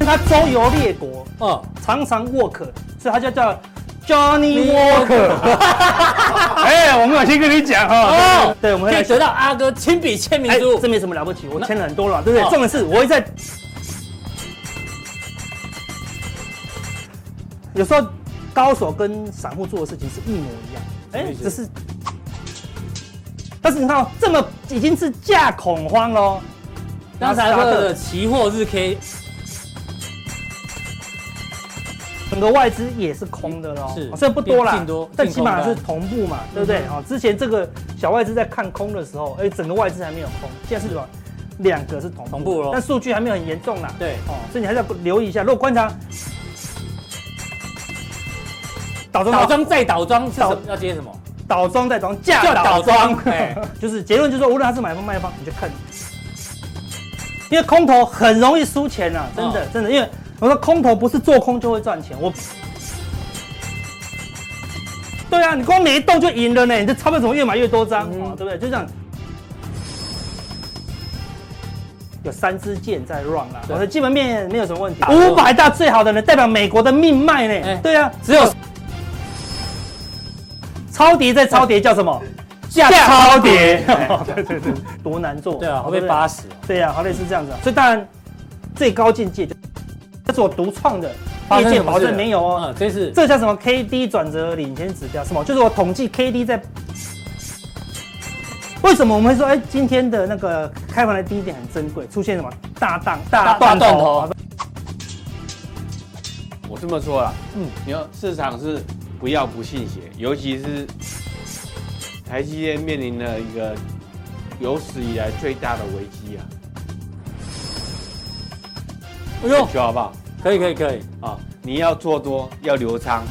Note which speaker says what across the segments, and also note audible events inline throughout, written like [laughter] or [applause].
Speaker 1: 他周游列国，
Speaker 2: 嗯，
Speaker 1: 常常 walk，所以他就叫 Johnny Walker。哎，我们有先跟你讲哈
Speaker 2: 哦，
Speaker 1: 对，我们
Speaker 2: 可
Speaker 1: 来
Speaker 2: 以得到阿哥亲笔签名
Speaker 1: 哎，
Speaker 2: 书
Speaker 1: 这。没什么了不起，我签了很多了，对不对
Speaker 2: 哦？
Speaker 1: 重点是我会在，有时候高手跟散户做的事情是一模一样，
Speaker 2: 什么
Speaker 1: 哎
Speaker 2: 意，思
Speaker 1: 只是，但是你看哦，这么已经是架恐慌哦喽，
Speaker 2: 刚才说的期货日 K
Speaker 1: 整个外资也是空的喽，
Speaker 2: 是
Speaker 1: 哦所以不多啦
Speaker 2: 净多，
Speaker 1: 但起码是
Speaker 2: 净空啊嗯单
Speaker 1: 同步嘛，对不对？哦，之前这个小外资在看空的时候，哎，整个外资还没有空，现在是什么？两个是同步的
Speaker 2: 同步咯
Speaker 1: 但数据还没有很严重啦。
Speaker 2: 对
Speaker 1: 哦，所以你还是要留意一下。如果观察倒装
Speaker 2: 倒
Speaker 1: 倒装
Speaker 2: 装再倒装是什么
Speaker 1: 倒？
Speaker 2: 要接什么？
Speaker 1: 倒装再装架
Speaker 2: 叫倒
Speaker 1: 倒
Speaker 2: 装
Speaker 1: 装， [laughs]
Speaker 2: 哎
Speaker 1: 就是结论就是说，无论它是买方卖方，你就看，因为空头很容易输钱啊，真的、真的，因为我说空头不是做空就会赚钱，我。对啊，你光每一动就赢了呢，你这钞票怎么越买越多张、
Speaker 2: 嗯
Speaker 1: 哦对不对？就这样，有三支箭在 run 啦，
Speaker 2: 对
Speaker 1: 我的基本面没有什么问题。
Speaker 2: 打
Speaker 1: 五
Speaker 2: 多
Speaker 1: 百大最好的人代表美国的命脉呢，
Speaker 2: 哎
Speaker 1: 对啊，
Speaker 2: 只有
Speaker 1: 超跌在超跌叫什么？
Speaker 2: 价
Speaker 1: 超跌，对对对，多难做，
Speaker 2: [laughs] 对啊，会
Speaker 1: 对
Speaker 2: 被
Speaker 1: 不对
Speaker 2: 八十。
Speaker 1: 对呀、好类似这样子、啊。所以当然，最高境界就这是我独创的，业界保证没有哦。
Speaker 2: 嗯，这是
Speaker 1: 这叫什么 KD 转折领先指标？什么？就是我统计 KD 在为什么我们会说，哎、今天的那个开盘的低点很珍贵，出现什么大档大
Speaker 2: 大
Speaker 1: 断
Speaker 2: 断
Speaker 1: 头
Speaker 2: 头？
Speaker 3: 我这么说啦，
Speaker 2: 嗯
Speaker 3: 嗯，你要市场是不要不信邪，尤其是台积电面临了一个有史以来最大的危机啊，
Speaker 2: 哎呦，
Speaker 3: 学好不好？
Speaker 2: 可以可以可以，
Speaker 3: 啊，你要做多，要留仓。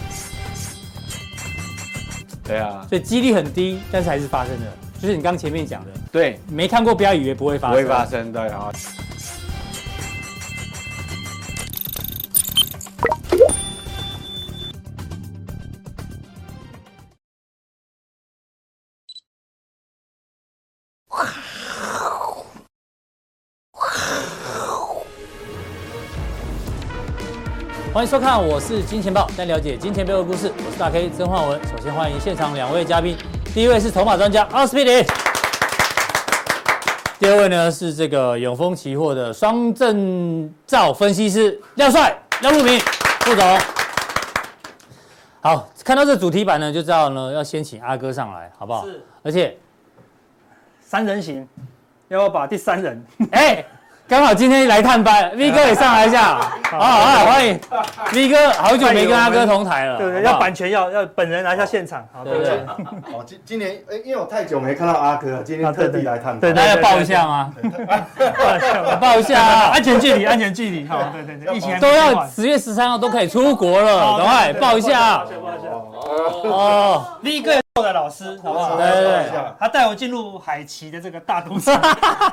Speaker 3: 对啊，
Speaker 2: 所以几率很低，但是还是发生了。就是你刚前面讲的，
Speaker 3: 对，
Speaker 2: 没看过不要以为不会
Speaker 3: 不
Speaker 2: 发生，
Speaker 3: 会发生，对啊。
Speaker 2: 欢迎收看，我是金钱豹，带你了解金钱背后的故事。我是大 K 曾焕文。首先欢迎现场两位嘉宾，第一位是筹码专家奥斯比林，第二位呢是这个永丰期货的双证照分析师廖帅廖路明副总。好，看到这主题版呢，就知道呢要先请阿哥上来，好不好？
Speaker 1: 是。
Speaker 2: 而且，
Speaker 1: 三人行，要不要把第三人？
Speaker 2: 哎、刚好今天来探班，V 哥也上来一下，
Speaker 1: [laughs]
Speaker 2: 好好好，欢迎 V 哥，好久没跟阿哥同台了，
Speaker 1: 对不对？
Speaker 2: 好不好
Speaker 1: 要版权要要本人拿下现场，好，对不
Speaker 2: 对
Speaker 1: 对
Speaker 2: 对？
Speaker 4: [laughs] 哦，今今年哎、因为我太久没看到阿哥，今
Speaker 1: 啊
Speaker 4: 天
Speaker 1: 对
Speaker 4: 特
Speaker 1: 对
Speaker 4: 地来探访。
Speaker 1: 对对
Speaker 2: 大家抱一下吗？抱一下啊！
Speaker 1: 安全距离，安全距离，好，对对对，疫情还没
Speaker 2: 都
Speaker 1: 变
Speaker 2: 要
Speaker 1: 缓
Speaker 2: 十月十三号都可以出国了，赶快抱一下啊哦！
Speaker 1: 立个做的老师，好不好？
Speaker 2: 对对对
Speaker 1: 他带我进入海奇的这个大赌场，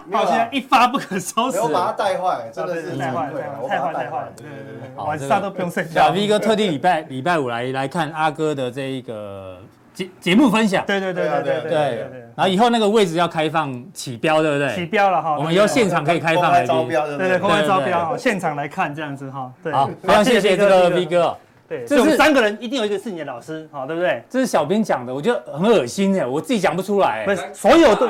Speaker 4: 没有
Speaker 1: 我现在
Speaker 4: 啦，
Speaker 1: 一发不可收拾
Speaker 4: 没。有把他带坏，真的
Speaker 1: 对对
Speaker 4: 是
Speaker 1: 对太坏了，太坏了，
Speaker 4: 惭愧啊我
Speaker 1: 太
Speaker 4: 把
Speaker 1: 坏了，
Speaker 4: 他
Speaker 1: 太
Speaker 4: 带
Speaker 1: 坏
Speaker 4: 坏
Speaker 1: 了
Speaker 4: 了。
Speaker 1: 对对
Speaker 4: 对对
Speaker 1: 对
Speaker 4: 对
Speaker 1: 对，
Speaker 2: 好
Speaker 1: 晚
Speaker 2: 这个
Speaker 1: 上都不用睡
Speaker 2: 小
Speaker 1: 觉。
Speaker 2: V 哥特地礼拜礼拜五来来看阿哥的这一个节节目分享，
Speaker 1: 对对对
Speaker 4: 对啊
Speaker 1: 对对对
Speaker 4: 对
Speaker 1: 对
Speaker 2: 对
Speaker 1: 对，
Speaker 2: 然后以后那个位置要开放起标，对不
Speaker 1: 对，起
Speaker 2: 对？
Speaker 1: 标了哈，
Speaker 2: 我们以后现
Speaker 4: 对，
Speaker 2: 场可以开放
Speaker 4: 公
Speaker 2: 来
Speaker 4: 开
Speaker 2: 宾
Speaker 4: 招标，
Speaker 1: 对
Speaker 4: 对不
Speaker 1: 对对
Speaker 4: 对？
Speaker 1: 公开招
Speaker 2: 对对
Speaker 1: 标
Speaker 2: 对
Speaker 1: 哈，现场来看这样子哈。对，
Speaker 2: 好，非常谢谢这个 V，哥，
Speaker 1: 对，
Speaker 2: 这
Speaker 1: 这
Speaker 2: 是
Speaker 1: 是三个人一定有一个是你的老师，好，对不对？
Speaker 2: 这是小编讲的，我觉得很恶心哎，我自己讲不出来
Speaker 1: 不
Speaker 2: 哎。
Speaker 1: 是，所有对，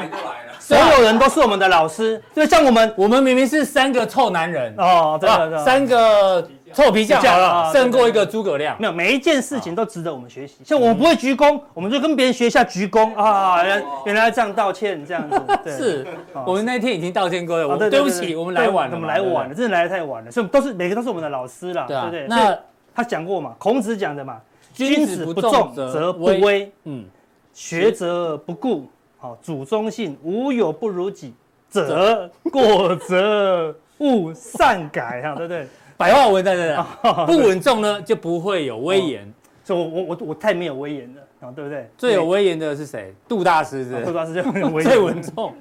Speaker 1: 所
Speaker 2: 啊
Speaker 1: 有人都是我们的老师，就像我们
Speaker 2: 我们明明是三个臭男人，
Speaker 1: 哦，真的
Speaker 2: 啊
Speaker 1: 真，的
Speaker 2: 三个臭皮匠好
Speaker 1: 啊
Speaker 2: 了，
Speaker 1: 对对
Speaker 2: 胜过一个诸葛亮。
Speaker 1: 没有，每一件事情都值得我们学
Speaker 2: 啊
Speaker 1: 习。像我们不会鞠躬，我们就跟别人学一下鞠躬啊，原来原来要这样道歉这
Speaker 2: [laughs]
Speaker 1: 样子。对
Speaker 2: 哦是
Speaker 1: 啊
Speaker 2: 我们那天已经道歉过了，
Speaker 1: 啊
Speaker 2: 我对不起，我们来晚了嘛，
Speaker 1: 我们来晚了，真的来的太晚了。所以我们都是每个都是我们的老师啦，
Speaker 2: 对
Speaker 1: 对
Speaker 2: 啊
Speaker 1: 不对？那
Speaker 2: 那
Speaker 1: 他讲过嘛，孔子讲的嘛，
Speaker 2: 君子不重则
Speaker 1: 则不
Speaker 2: 威，
Speaker 1: 威，
Speaker 2: 嗯，
Speaker 1: 学则而不固。哦好，主忠信，无有不如己者，过则勿善改哈，对不 [laughs] 对？
Speaker 2: 白话文在这
Speaker 1: 哦
Speaker 2: 里，不稳重呢就不会有威严，
Speaker 1: 所以我我我我太没有威严了啊，对不对？
Speaker 2: 最有威严的是谁？杜大师是
Speaker 1: 对，杜
Speaker 2: 不是
Speaker 1: 大师就很
Speaker 2: [laughs]
Speaker 1: 有威严
Speaker 2: 最稳重，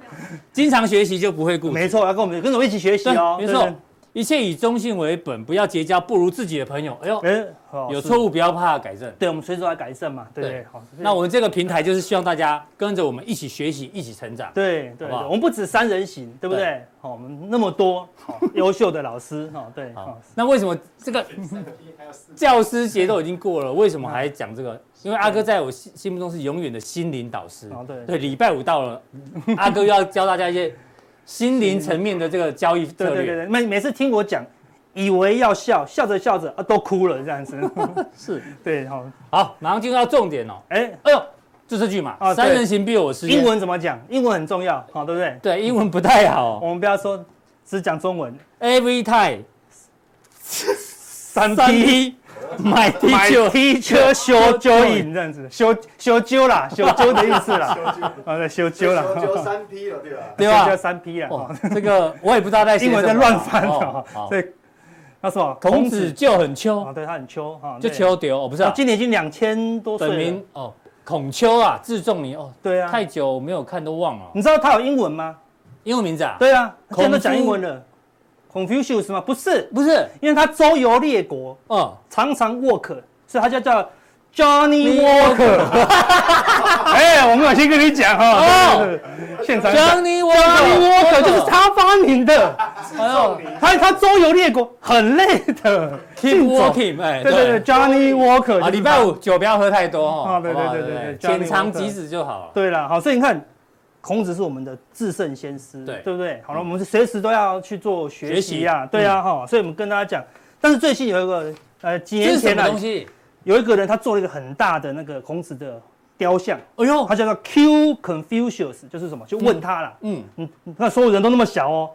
Speaker 2: 经常学习就不会顾忌，
Speaker 1: 没错，要跟我们跟着我们一起学习哦。
Speaker 2: 对没
Speaker 1: 对不
Speaker 2: 错
Speaker 1: 对。
Speaker 2: 一切以中性为本，不要结交不如自己的朋友。哎呦，
Speaker 1: 哎，好
Speaker 2: 有
Speaker 1: 是
Speaker 2: 错误不要怕改正。
Speaker 1: 对，我们随时都来改正嘛，对不对？
Speaker 2: 对
Speaker 1: 好，
Speaker 2: 那我们这个平台就是希望大家跟着我们一起学习，一起成长。
Speaker 1: 对对对，
Speaker 2: 好不好
Speaker 1: 我们不止三人行，对不对
Speaker 2: 对？
Speaker 1: 好，我们那么多好优秀的老师，哈，对，
Speaker 2: 好
Speaker 1: 好，，
Speaker 2: 那为什么这个
Speaker 4: [laughs]
Speaker 2: 教师节都已经过了，
Speaker 1: 嗯
Speaker 2: 为什么还讲这个？因为阿哥在我心心目中是永远的心灵导师
Speaker 1: 哦对。
Speaker 2: 对，礼拜五
Speaker 1: [laughs]
Speaker 2: 到了，阿哥又要教大家一些心灵层面的这个交易
Speaker 1: 对
Speaker 2: 策
Speaker 1: 对对
Speaker 2: 略。
Speaker 1: 对，每每次听我讲，以为要笑，笑着笑着啊都哭了这样子，
Speaker 2: [laughs] 是，
Speaker 1: [laughs] 对，好，
Speaker 2: 好，马上进入到重点哦。
Speaker 1: 哎，
Speaker 2: 哎呦，就这句嘛，
Speaker 1: 啊
Speaker 2: 三
Speaker 1: 对
Speaker 2: 人行必有我师焉。
Speaker 1: 英文怎么讲？英文很重要，好，对不对？
Speaker 2: 对，英文不太好哦。
Speaker 1: 我们不要说只讲中文，
Speaker 2: Every time
Speaker 1: 三
Speaker 2: 三
Speaker 1: P
Speaker 2: P my
Speaker 1: 买
Speaker 2: [laughs]
Speaker 1: 哦
Speaker 2: teacher，
Speaker 1: teacher 修纠引这样子，修修纠啦，修纠的意思
Speaker 2: [laughs]
Speaker 1: 啦，
Speaker 4: [laughs]
Speaker 1: 啊，对，修纠啦，
Speaker 4: 九九三 P 了，对吧？
Speaker 1: [laughs]
Speaker 2: 对吧
Speaker 1: 修三 P 啦，
Speaker 2: 哦
Speaker 1: 哦，
Speaker 2: 这个我也不知道在写
Speaker 1: 英文
Speaker 2: 什
Speaker 1: 在
Speaker 2: 么
Speaker 1: 乱翻啊
Speaker 2: 哦好，
Speaker 1: 所以那什么
Speaker 2: 孔子就很秋
Speaker 1: 啊，，对他很秋哈，
Speaker 2: 就
Speaker 1: 对
Speaker 2: 秋丢哦，不是
Speaker 1: 哦
Speaker 2: 啊，
Speaker 1: 今年已经两千多
Speaker 2: 本
Speaker 1: 岁了
Speaker 2: 名，哦，孔丘啊，字仲尼哦，
Speaker 1: 对啊，
Speaker 2: 太久没有看都忘了，
Speaker 1: 你知道他有英文吗？
Speaker 2: 英文名字啊，
Speaker 1: 对啊，他
Speaker 2: 孔
Speaker 1: 现
Speaker 2: 夫
Speaker 1: 在都讲英文了，Confucius 吗？不是，
Speaker 2: 不是，
Speaker 1: 因为他周游列国，
Speaker 2: 哦，
Speaker 1: 常常 work，所以他就叫 Johnny
Speaker 2: Walker
Speaker 1: Walker。哎，我们有先跟你讲哈，
Speaker 2: 哦
Speaker 1: 对对对现场讲。Johnny
Speaker 2: ，Johnny
Speaker 1: Walker
Speaker 2: Walker
Speaker 1: 就是，他发明
Speaker 2: [laughs]
Speaker 1: 的，
Speaker 2: 哎呦
Speaker 1: 他他周游列国很累的， [laughs]
Speaker 2: ，Keep Walking，哎，
Speaker 1: 对对对，Johnny Walker
Speaker 2: 啊，
Speaker 1: 就是
Speaker 2: 礼
Speaker 1: 他
Speaker 2: 拜五酒不要喝太多哦，
Speaker 1: 啊对对
Speaker 2: 好不好
Speaker 1: 对对对
Speaker 2: 浅
Speaker 1: Johnny
Speaker 2: 尝
Speaker 1: Walker
Speaker 2: 即止就好了，
Speaker 1: 对了，好，所以你看，孔子是我们的至圣先师，
Speaker 2: 对嗯
Speaker 1: 对不对？好了，我们是随时都要去做学习
Speaker 2: 学
Speaker 1: 呀、
Speaker 2: 习嗯
Speaker 1: 对啊，哈、所以我们跟大家讲，但是最近有一个呃几
Speaker 2: 这
Speaker 1: 年
Speaker 2: 是什
Speaker 1: 前
Speaker 2: 么
Speaker 1: 呢、
Speaker 2: 东西？
Speaker 1: 有一个人他做了一个很大的那个孔子的雕像，
Speaker 2: 哎呦，
Speaker 1: 他叫做 Q Confucius，就是什么？就问他啦，
Speaker 2: 嗯，
Speaker 1: 嗯，你看所有人都那么小哦，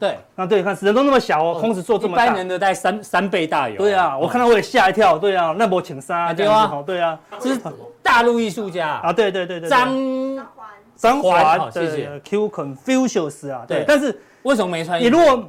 Speaker 2: 对，
Speaker 1: 啊，对，看人都那么小哦，孔子做这
Speaker 2: 一
Speaker 1: 么
Speaker 2: 般
Speaker 1: 大
Speaker 2: 人。的大概三三倍大有，
Speaker 1: 对啊，我看到我也吓一跳。对啊，那我请杀
Speaker 2: 哦啊
Speaker 1: 这样子
Speaker 2: 对啊
Speaker 1: 好对啊，
Speaker 2: 这是大陆艺术家
Speaker 1: 啊，对对对对，对
Speaker 2: 张
Speaker 1: 张
Speaker 2: 环
Speaker 1: 华
Speaker 2: 好，哦谢
Speaker 1: 对
Speaker 2: 谢
Speaker 1: 对对 Q Confucius 啊，对
Speaker 2: 对，
Speaker 1: 但是
Speaker 2: 为什么没穿
Speaker 1: 你
Speaker 2: 衣服？
Speaker 1: 如果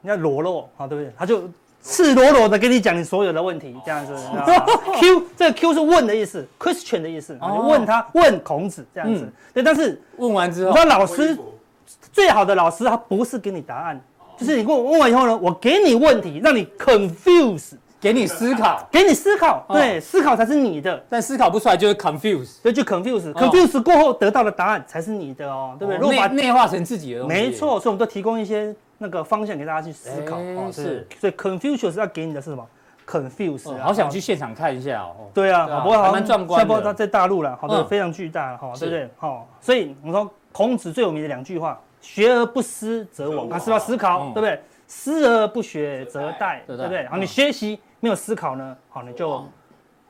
Speaker 1: 你要裸露，好对不对？他就赤裸裸的跟你讲你所有的问题，这样子。
Speaker 2: 哦
Speaker 1: 你知道吗 [laughs] Q 这个 Q 是问的意思，Christian 的意思，啊
Speaker 2: 哦
Speaker 1: 你问他问孔子这样子
Speaker 2: 嗯。啊
Speaker 1: 对，但是
Speaker 2: 问完之
Speaker 1: 你
Speaker 2: 后
Speaker 1: 知，道老
Speaker 4: 老
Speaker 1: 师
Speaker 4: [laughs]
Speaker 1: 最好的老师，他不是给你答案，
Speaker 2: 哦
Speaker 1: 就是你跟我问完以后呢，我给你问题，让你 confuse，
Speaker 2: 给你思考，
Speaker 1: 给你思考，
Speaker 2: 哦
Speaker 1: 对，思考才是你的。
Speaker 2: 但思考不出来就是 confuse，
Speaker 1: 所以就
Speaker 2: 哦
Speaker 1: confuse，confuse 过后得到的答案才是你的哦，对不对？如果把
Speaker 2: 内内化成自己的东西。
Speaker 1: 没，错，所以我们都提供一些那个方向给大家去思考。
Speaker 2: 哎
Speaker 1: 哦，对
Speaker 2: 是，
Speaker 1: 所以 Confucius 要给你的是什么？Confuse，、
Speaker 2: 哦
Speaker 1: 啊
Speaker 2: 好想。去现场看一下哦。
Speaker 1: 对啊，
Speaker 2: 对啊
Speaker 1: 好不过好
Speaker 2: 还蛮壮观的
Speaker 1: 下波他在大陆了，好的，
Speaker 2: 嗯
Speaker 1: 非常巨大了，哈，
Speaker 2: 是
Speaker 1: 对不对？好，所以我们说孔子最有名的两句话：学而不思则罔，他啊是不是要思考，
Speaker 2: 嗯
Speaker 1: 对不对？思而不学则殆，
Speaker 2: 则殆
Speaker 1: 对不对？好，
Speaker 2: 嗯
Speaker 1: 你学习没有思考呢，好，你就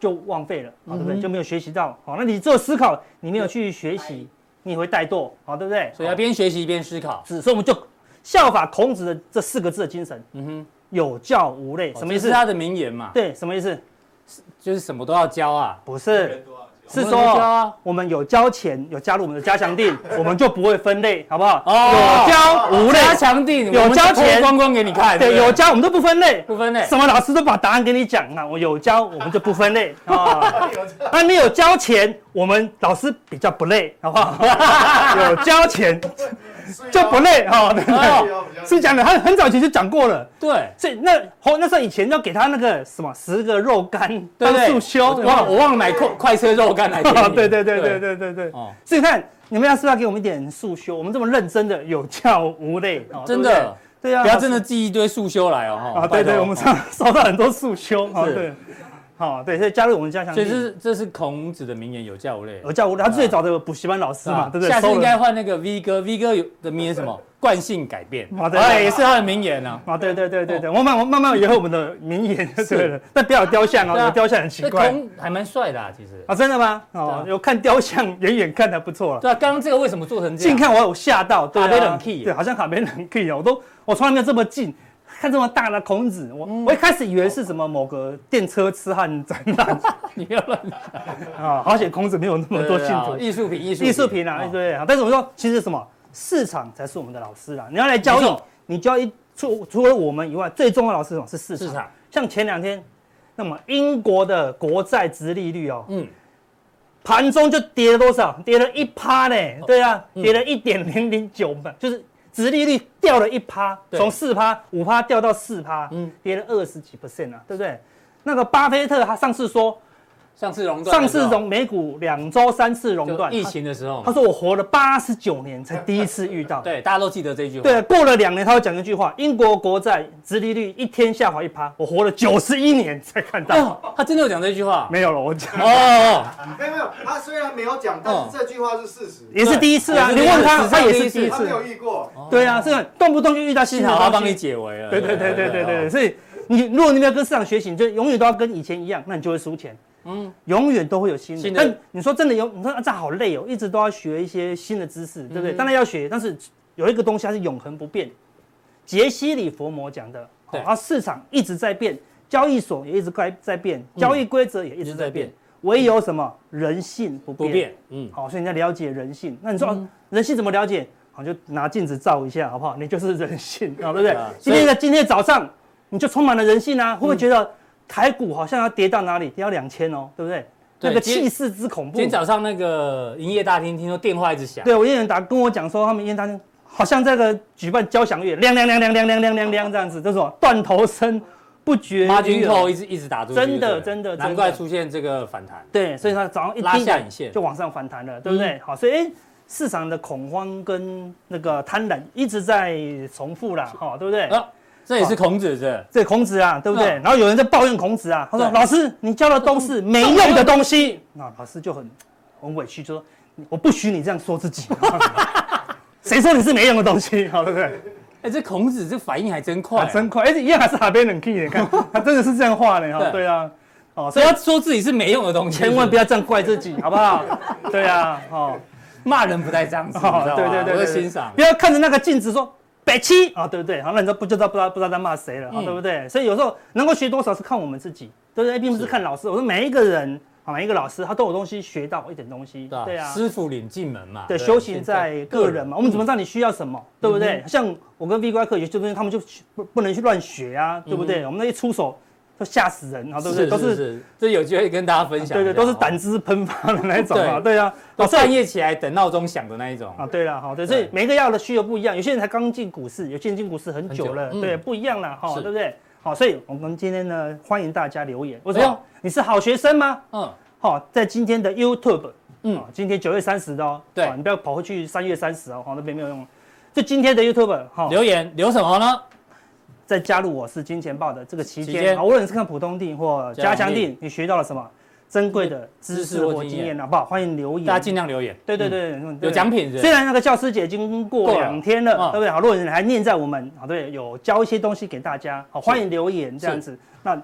Speaker 1: 就枉费了，好，对不
Speaker 2: 嗯哼
Speaker 1: 对？就没有学习到，好，那你只有思考，你没有去学习，你会怠惰，好，对不对？
Speaker 2: 所以要边学习边思考。
Speaker 1: 子，所以我们就效法孔子的这四个字的精神，
Speaker 2: 嗯哼，
Speaker 1: 有教无类，什么意
Speaker 2: 这
Speaker 1: 思
Speaker 2: 是？他的名言嘛，
Speaker 1: 对，什么意思？
Speaker 2: 就是什么都要教啊，
Speaker 1: 不是，是
Speaker 2: 什么都教
Speaker 1: 说
Speaker 2: 啊。
Speaker 1: 我们有交钱，有加入我们的加强
Speaker 2: [laughs]
Speaker 1: 定，我们就不会分类，好不好？
Speaker 2: 哦
Speaker 1: 有交无类，
Speaker 2: 加强定
Speaker 1: 有
Speaker 2: 我们
Speaker 1: 交
Speaker 2: 就脱
Speaker 1: 钱
Speaker 2: 光光给你看。
Speaker 1: 对，
Speaker 2: 不
Speaker 1: 有交我们都不分类，
Speaker 2: 不分类。
Speaker 1: 什么老师都把答案给你讲啊，我有交我们就不分类
Speaker 2: 哦
Speaker 1: 啊，
Speaker 4: 哎
Speaker 1: 那你有交钱，我们老师比较不累，好不
Speaker 2: [laughs]
Speaker 1: 好？有交钱 [laughs] 就不累哈，对不
Speaker 2: 哎
Speaker 1: 对？是讲的，他很早以前就讲过了。
Speaker 2: 对
Speaker 1: 所以那后那时候以前要给他那个什么十个肉干
Speaker 2: 对
Speaker 1: 当
Speaker 2: 不对，
Speaker 1: 束修，
Speaker 2: 我忘了我忘了买快快车肉干来给
Speaker 1: 啊 [laughs]
Speaker 2: 你。
Speaker 1: 对对对对。对对对。
Speaker 2: 哦，
Speaker 1: 所以看你们要是不是要给我们一点束修，我们这么认真的有教无类，哦
Speaker 2: 真的
Speaker 1: 对啊，
Speaker 2: 不要真的寄一堆速修来哦。哈
Speaker 1: 啊，对
Speaker 2: 拜
Speaker 1: 对，
Speaker 2: 托
Speaker 1: 我们常收到很多束修啊，
Speaker 2: 是
Speaker 1: 对，好对，所以加入我们加强
Speaker 2: 啊所
Speaker 1: 地，
Speaker 2: 以这是这是孔子的名言，有教无类。
Speaker 1: 有教无类，他最早的补习班老师哦嘛，对不对？
Speaker 2: 啊下次
Speaker 1: 收了
Speaker 2: 应该换那个 V 哥，V 哥有的名言什么？惯性改变，
Speaker 1: 啊对
Speaker 2: 哎，也是他的名言啊。
Speaker 1: 啊，对对对对对，我慢我慢慢以后我们的名言就对了，但不要有雕像哦，
Speaker 2: 对啊
Speaker 1: 有雕像很奇
Speaker 2: 那
Speaker 1: 怪
Speaker 2: 孔还蛮帅的，啊，其实。
Speaker 1: 啊，真的吗？
Speaker 2: 对啊
Speaker 1: 哦，有看雕像，远远看还不错了。
Speaker 2: 对啊，刚刚这个为什么做成这
Speaker 1: 近
Speaker 2: 样？
Speaker 1: 看我有吓到，对、啊，
Speaker 2: 卡梅冷气
Speaker 1: 对，好像卡梅冷 key 哦，我都我从来没有这么近看这么大的孔子，我、我一开始以为是什么某个电车痴汉展览
Speaker 2: [laughs] 你不要乱讲
Speaker 1: 啊，好险孔子没有那么多信
Speaker 2: 对啊
Speaker 1: 徒，
Speaker 2: 艺术品，艺术
Speaker 1: 艺术品啊，
Speaker 2: 哦
Speaker 1: 对啊，但是我说其实什么市场才是我们的老师啦，你要来交
Speaker 2: 没
Speaker 1: 易
Speaker 2: 错，
Speaker 1: 你交易除除了我们以外，最重要的老师是什么是市场，
Speaker 2: 市场，
Speaker 1: 像前两天。那么英国的国债值利率哦，
Speaker 2: 嗯，哦嗯
Speaker 1: 盘中就跌了多少？跌了一趴呢？对啊，跌了一点零零九嘛，就是殖利率掉了一趴，
Speaker 2: 对
Speaker 1: 从四趴、五趴掉到四趴，
Speaker 2: 嗯
Speaker 1: 嗯，跌了二十几 percent 啊，对不对？那个巴菲特他上次说，
Speaker 2: 上次熔断
Speaker 1: 上
Speaker 2: 的时候，
Speaker 1: 次从美股两周三次熔断，
Speaker 2: 就疫情的时候
Speaker 1: 他，他，说我活了八十九年才第一次遇到，
Speaker 2: 对，大家都记得这句话。
Speaker 1: 对，啊过了两年他会讲一句话，英国国债殖利率一天下滑一趴，我活了九十一年才看
Speaker 2: 哎
Speaker 1: 到，
Speaker 2: 呦，他真的有讲这句话。
Speaker 1: 没有了，我讲
Speaker 2: 哦哦，
Speaker 4: 没有没有，他虽然没有讲，但是这句话是事实，
Speaker 1: 也是嗯第一次啊，
Speaker 2: 对
Speaker 1: 你问他，
Speaker 2: 史上
Speaker 1: 他也
Speaker 2: 第一
Speaker 1: 是
Speaker 2: 次
Speaker 1: 第一
Speaker 4: 他
Speaker 1: 次
Speaker 4: 没，有遇过。
Speaker 1: 对啊，这样动不动就遇到新
Speaker 2: 幸
Speaker 1: 的
Speaker 2: 好他帮
Speaker 1: 东
Speaker 2: 你
Speaker 1: 西。
Speaker 2: 解围了。
Speaker 1: 对对对对对对，所以你如果你没有跟市场学习，你就永远都要跟以前一样，那你就会输钱。嗯，永远都会有新的。
Speaker 2: 新的
Speaker 1: 但你说真的有，你说、啊、这好累哦，一直都要学一些新的知识，对不对？当然要学，但是有一个东西它是永恒不变。杰西·里佛摩讲的，
Speaker 2: 对
Speaker 1: 啊，市场一直在变，交易所也一直在在变，交易规则也嗯一直在变，
Speaker 2: 一直在变
Speaker 1: 唯有什么人性不
Speaker 2: 不
Speaker 1: 变。
Speaker 2: 变。嗯，
Speaker 1: 好，所以你要了解人性。那你说、啊人性怎么了解？好，就拿镜子照一下，好不好？你就是人性，好，对不对
Speaker 2: 啊？
Speaker 1: 今天的今天的早上，你就充满了人性啊！
Speaker 2: 嗯
Speaker 1: 会不会觉得台股好像要跌到哪里？跌到两千哦，对不对？
Speaker 2: 对
Speaker 1: 那个
Speaker 2: 今天
Speaker 1: 气势之恐怖
Speaker 2: 今。天早上那个营业大厅听说电话一直响。
Speaker 1: 对，我有人打跟我讲说，他们烟大好像这个举办交响乐，亮亮亮亮亮亮亮亮亮这样子，这种断头声不绝
Speaker 2: 马
Speaker 1: 于耳
Speaker 2: 军扣。一直一直打出去，
Speaker 1: 真的
Speaker 2: 对不对
Speaker 1: 真的
Speaker 2: 难
Speaker 1: 真的
Speaker 2: 怪出现这个反弹。
Speaker 1: 对，所以它早上一
Speaker 2: 拉
Speaker 1: 低
Speaker 2: 下
Speaker 1: 档
Speaker 2: 影线嗯
Speaker 1: 就往上反弹了，对不对？好，所以哎，市场的恐慌跟那个贪婪一直在重复啦，哈，对不对？
Speaker 2: 啊，这也是孔子是
Speaker 1: 这孔子啊，对不对？
Speaker 2: 嗯
Speaker 1: 然后有人在抱怨孔子啊，他说：“
Speaker 2: 对嗯
Speaker 1: 老师，你教的都是没用的东西。”那老师就很很委屈，就说：“我不许你这样说自己， [laughs] 谁说你是没用的东西？好，对不对？”
Speaker 2: 不是。哎，这孔子这反应还真快
Speaker 1: 啊，
Speaker 2: 啊，
Speaker 1: 真快！哎，一样还是海边冷气，你
Speaker 2: [laughs]
Speaker 1: 看他真的是这样画的
Speaker 2: 对
Speaker 1: 哈。对啊，哦，
Speaker 2: 所
Speaker 1: 所
Speaker 2: 以
Speaker 1: 以
Speaker 2: 他说自己是没用的东西，
Speaker 1: 千万不要这样怪自己，好不好？对啊，哦。
Speaker 2: 骂人不带这样子，你知道吗？
Speaker 1: 对对对，
Speaker 2: 我
Speaker 1: 对
Speaker 2: 在欣赏
Speaker 1: 不。要看着那个镜子说北七啊，对不对？好，那你都不知道不知道不知道在骂谁了，啊
Speaker 2: 嗯
Speaker 1: 对不对？所以有时候能够学多少是看我们自己，对不对？并不是看老师。我说每一个人啊，每一个老师他都有东西学到一点东西，对啊。
Speaker 2: 师傅领进门嘛。
Speaker 1: 对，修行在嗯个人嘛，我们怎么知道你需要什么，对不对？像我跟 V 怪客有些东西，他们就不不能去乱学啊，对不对？我们那一出手就吓死人啊，对不对？
Speaker 2: 是
Speaker 1: 都
Speaker 2: 是
Speaker 1: 是
Speaker 2: 是，这有机会跟大家分享一
Speaker 1: 对对，
Speaker 2: 下。
Speaker 1: 都是
Speaker 2: 哦
Speaker 1: 胆，汁喷发的那一种啊，
Speaker 2: 对
Speaker 1: 对啊。
Speaker 2: 都
Speaker 1: 老师
Speaker 2: 半夜起来等闹钟响的那一种。
Speaker 1: 啊，对了，好，对，所以
Speaker 2: 对
Speaker 1: 每个药的需求不一样，有些人才刚进股市，有些人进股市很久了，
Speaker 2: 很久嗯
Speaker 1: 对，不一样了，哈，
Speaker 2: 是
Speaker 1: 对不对？好，所以我们今天呢，欢迎大家留言，为什
Speaker 2: 哎呦
Speaker 1: 么？你是好学生吗？
Speaker 2: 嗯，
Speaker 1: 好，在今天的 YouTube，
Speaker 2: 嗯
Speaker 1: 嗯，哦今天九月三十的哦，
Speaker 2: 对
Speaker 1: 哦你不要跑回去三月三十哦，好，那边没有用。就今天的 YouTube 哈，
Speaker 2: 留言留什么呢？
Speaker 1: 再加入我是金钱豹的这个期
Speaker 2: 期间
Speaker 1: 间，好啊无论是看普通定或
Speaker 2: 加
Speaker 1: 加
Speaker 2: 强
Speaker 1: 强
Speaker 2: 定
Speaker 1: 定，你学到了什么珍贵的
Speaker 2: 知
Speaker 1: 知
Speaker 2: 识
Speaker 1: 识
Speaker 2: 或
Speaker 1: 或
Speaker 2: 经
Speaker 1: 经
Speaker 2: 验
Speaker 1: 验，好不好？欢迎留言，
Speaker 2: 大家尽量留言。
Speaker 1: 嗯对对
Speaker 2: 嗯，
Speaker 1: 对，嗯
Speaker 2: 有
Speaker 1: 对
Speaker 2: 奖品是
Speaker 1: 虽。然那个教师节已经过两天
Speaker 2: 过了
Speaker 1: 了，对不对？好，如果你还念在我们，好对，有教一些东西给大家，好，欢迎留言这样子。那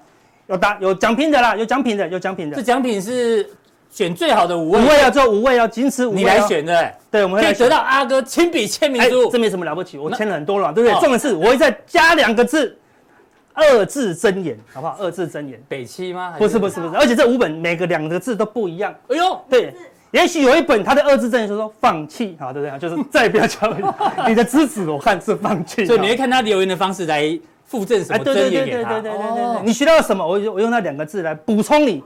Speaker 1: 有答有奖品的啦，有奖品的，有奖品
Speaker 2: 这
Speaker 1: 的，
Speaker 2: 奖品是选最好的五
Speaker 1: 五
Speaker 2: 位，
Speaker 1: 位啊，只有五位啊，仅此五位。
Speaker 2: 你来，选的，
Speaker 1: 对，我们会
Speaker 2: 可以
Speaker 1: 来
Speaker 2: 得
Speaker 1: 选。
Speaker 2: 到阿哥亲笔签名
Speaker 1: 哎，
Speaker 2: 书
Speaker 1: 这。没什么了不起，我
Speaker 2: 那
Speaker 1: 签了很多了，对不
Speaker 2: 哦
Speaker 1: 对？重点是我会再加两个字，二字真言，好不好？二字真言，
Speaker 2: 北七吗？还
Speaker 1: 不是不啊是不是，而且这五本每个两个字都不一样。
Speaker 2: 哎呦，
Speaker 1: 对，也许有一本他的二字证言就说放弃啊，对不对？就是再也不要交
Speaker 2: [laughs]
Speaker 1: 易。你的支持我看是放弃。
Speaker 2: 所以你会看他留言的方式来附赠什
Speaker 1: 哎，
Speaker 2: 么
Speaker 1: 对对
Speaker 2: 真
Speaker 1: 对
Speaker 2: 言
Speaker 1: 对
Speaker 2: 给
Speaker 1: 对
Speaker 2: 他。
Speaker 1: 对对对对
Speaker 2: 哦，
Speaker 1: 你学到了什么？我用我用那两个字来补充你，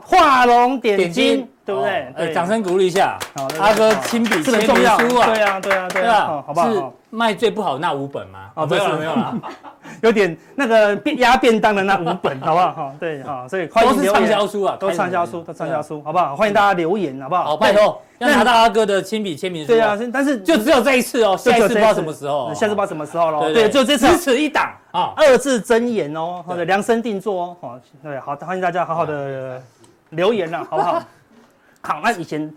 Speaker 1: 画龙点睛，对不对
Speaker 2: 哦？哎
Speaker 1: 对，
Speaker 2: 掌声哦鼓励一下
Speaker 1: 好，对，对
Speaker 2: 阿哥
Speaker 1: 好
Speaker 2: 亲笔
Speaker 1: 是
Speaker 2: 签
Speaker 1: 很
Speaker 2: 名
Speaker 1: 重要，
Speaker 2: 书啊，
Speaker 1: 对啊对啊对
Speaker 2: 对
Speaker 1: 啊，
Speaker 2: 啊
Speaker 1: 哦，好不好？
Speaker 2: 是
Speaker 1: 哦
Speaker 2: 卖最不好那五本吗？
Speaker 1: 哦
Speaker 2: 没有
Speaker 1: 不
Speaker 2: 了
Speaker 1: 是
Speaker 2: 没有了，
Speaker 1: 有点那个便压便当的那五本，好不好？哈，对，好，所以 [laughs] 欢
Speaker 2: 都
Speaker 1: 迎
Speaker 2: 是
Speaker 1: 留
Speaker 2: 畅销
Speaker 1: 言，
Speaker 2: 书啊，哎
Speaker 1: 都畅销书，都畅销。书，好不好？欢迎大家留言，好不好？
Speaker 2: 好，拜托，要拿到阿哥的亲笔签名书。
Speaker 1: 对。对啊，但是
Speaker 2: 就只有这一次哦，
Speaker 1: 就
Speaker 2: 下一
Speaker 1: 只有
Speaker 2: 次不
Speaker 1: 这
Speaker 2: 知
Speaker 1: 一
Speaker 2: 道
Speaker 1: 次
Speaker 2: 什么时候，哦
Speaker 1: 下次不知道什么时候了。
Speaker 2: 对
Speaker 1: 对，就这次
Speaker 2: 只此一档啊，
Speaker 1: 二字真言哦，
Speaker 2: 对
Speaker 1: 或者量身定做哦。好，对，好，欢迎大家好好的留言啊啦，好不 [laughs] 好？好，那以前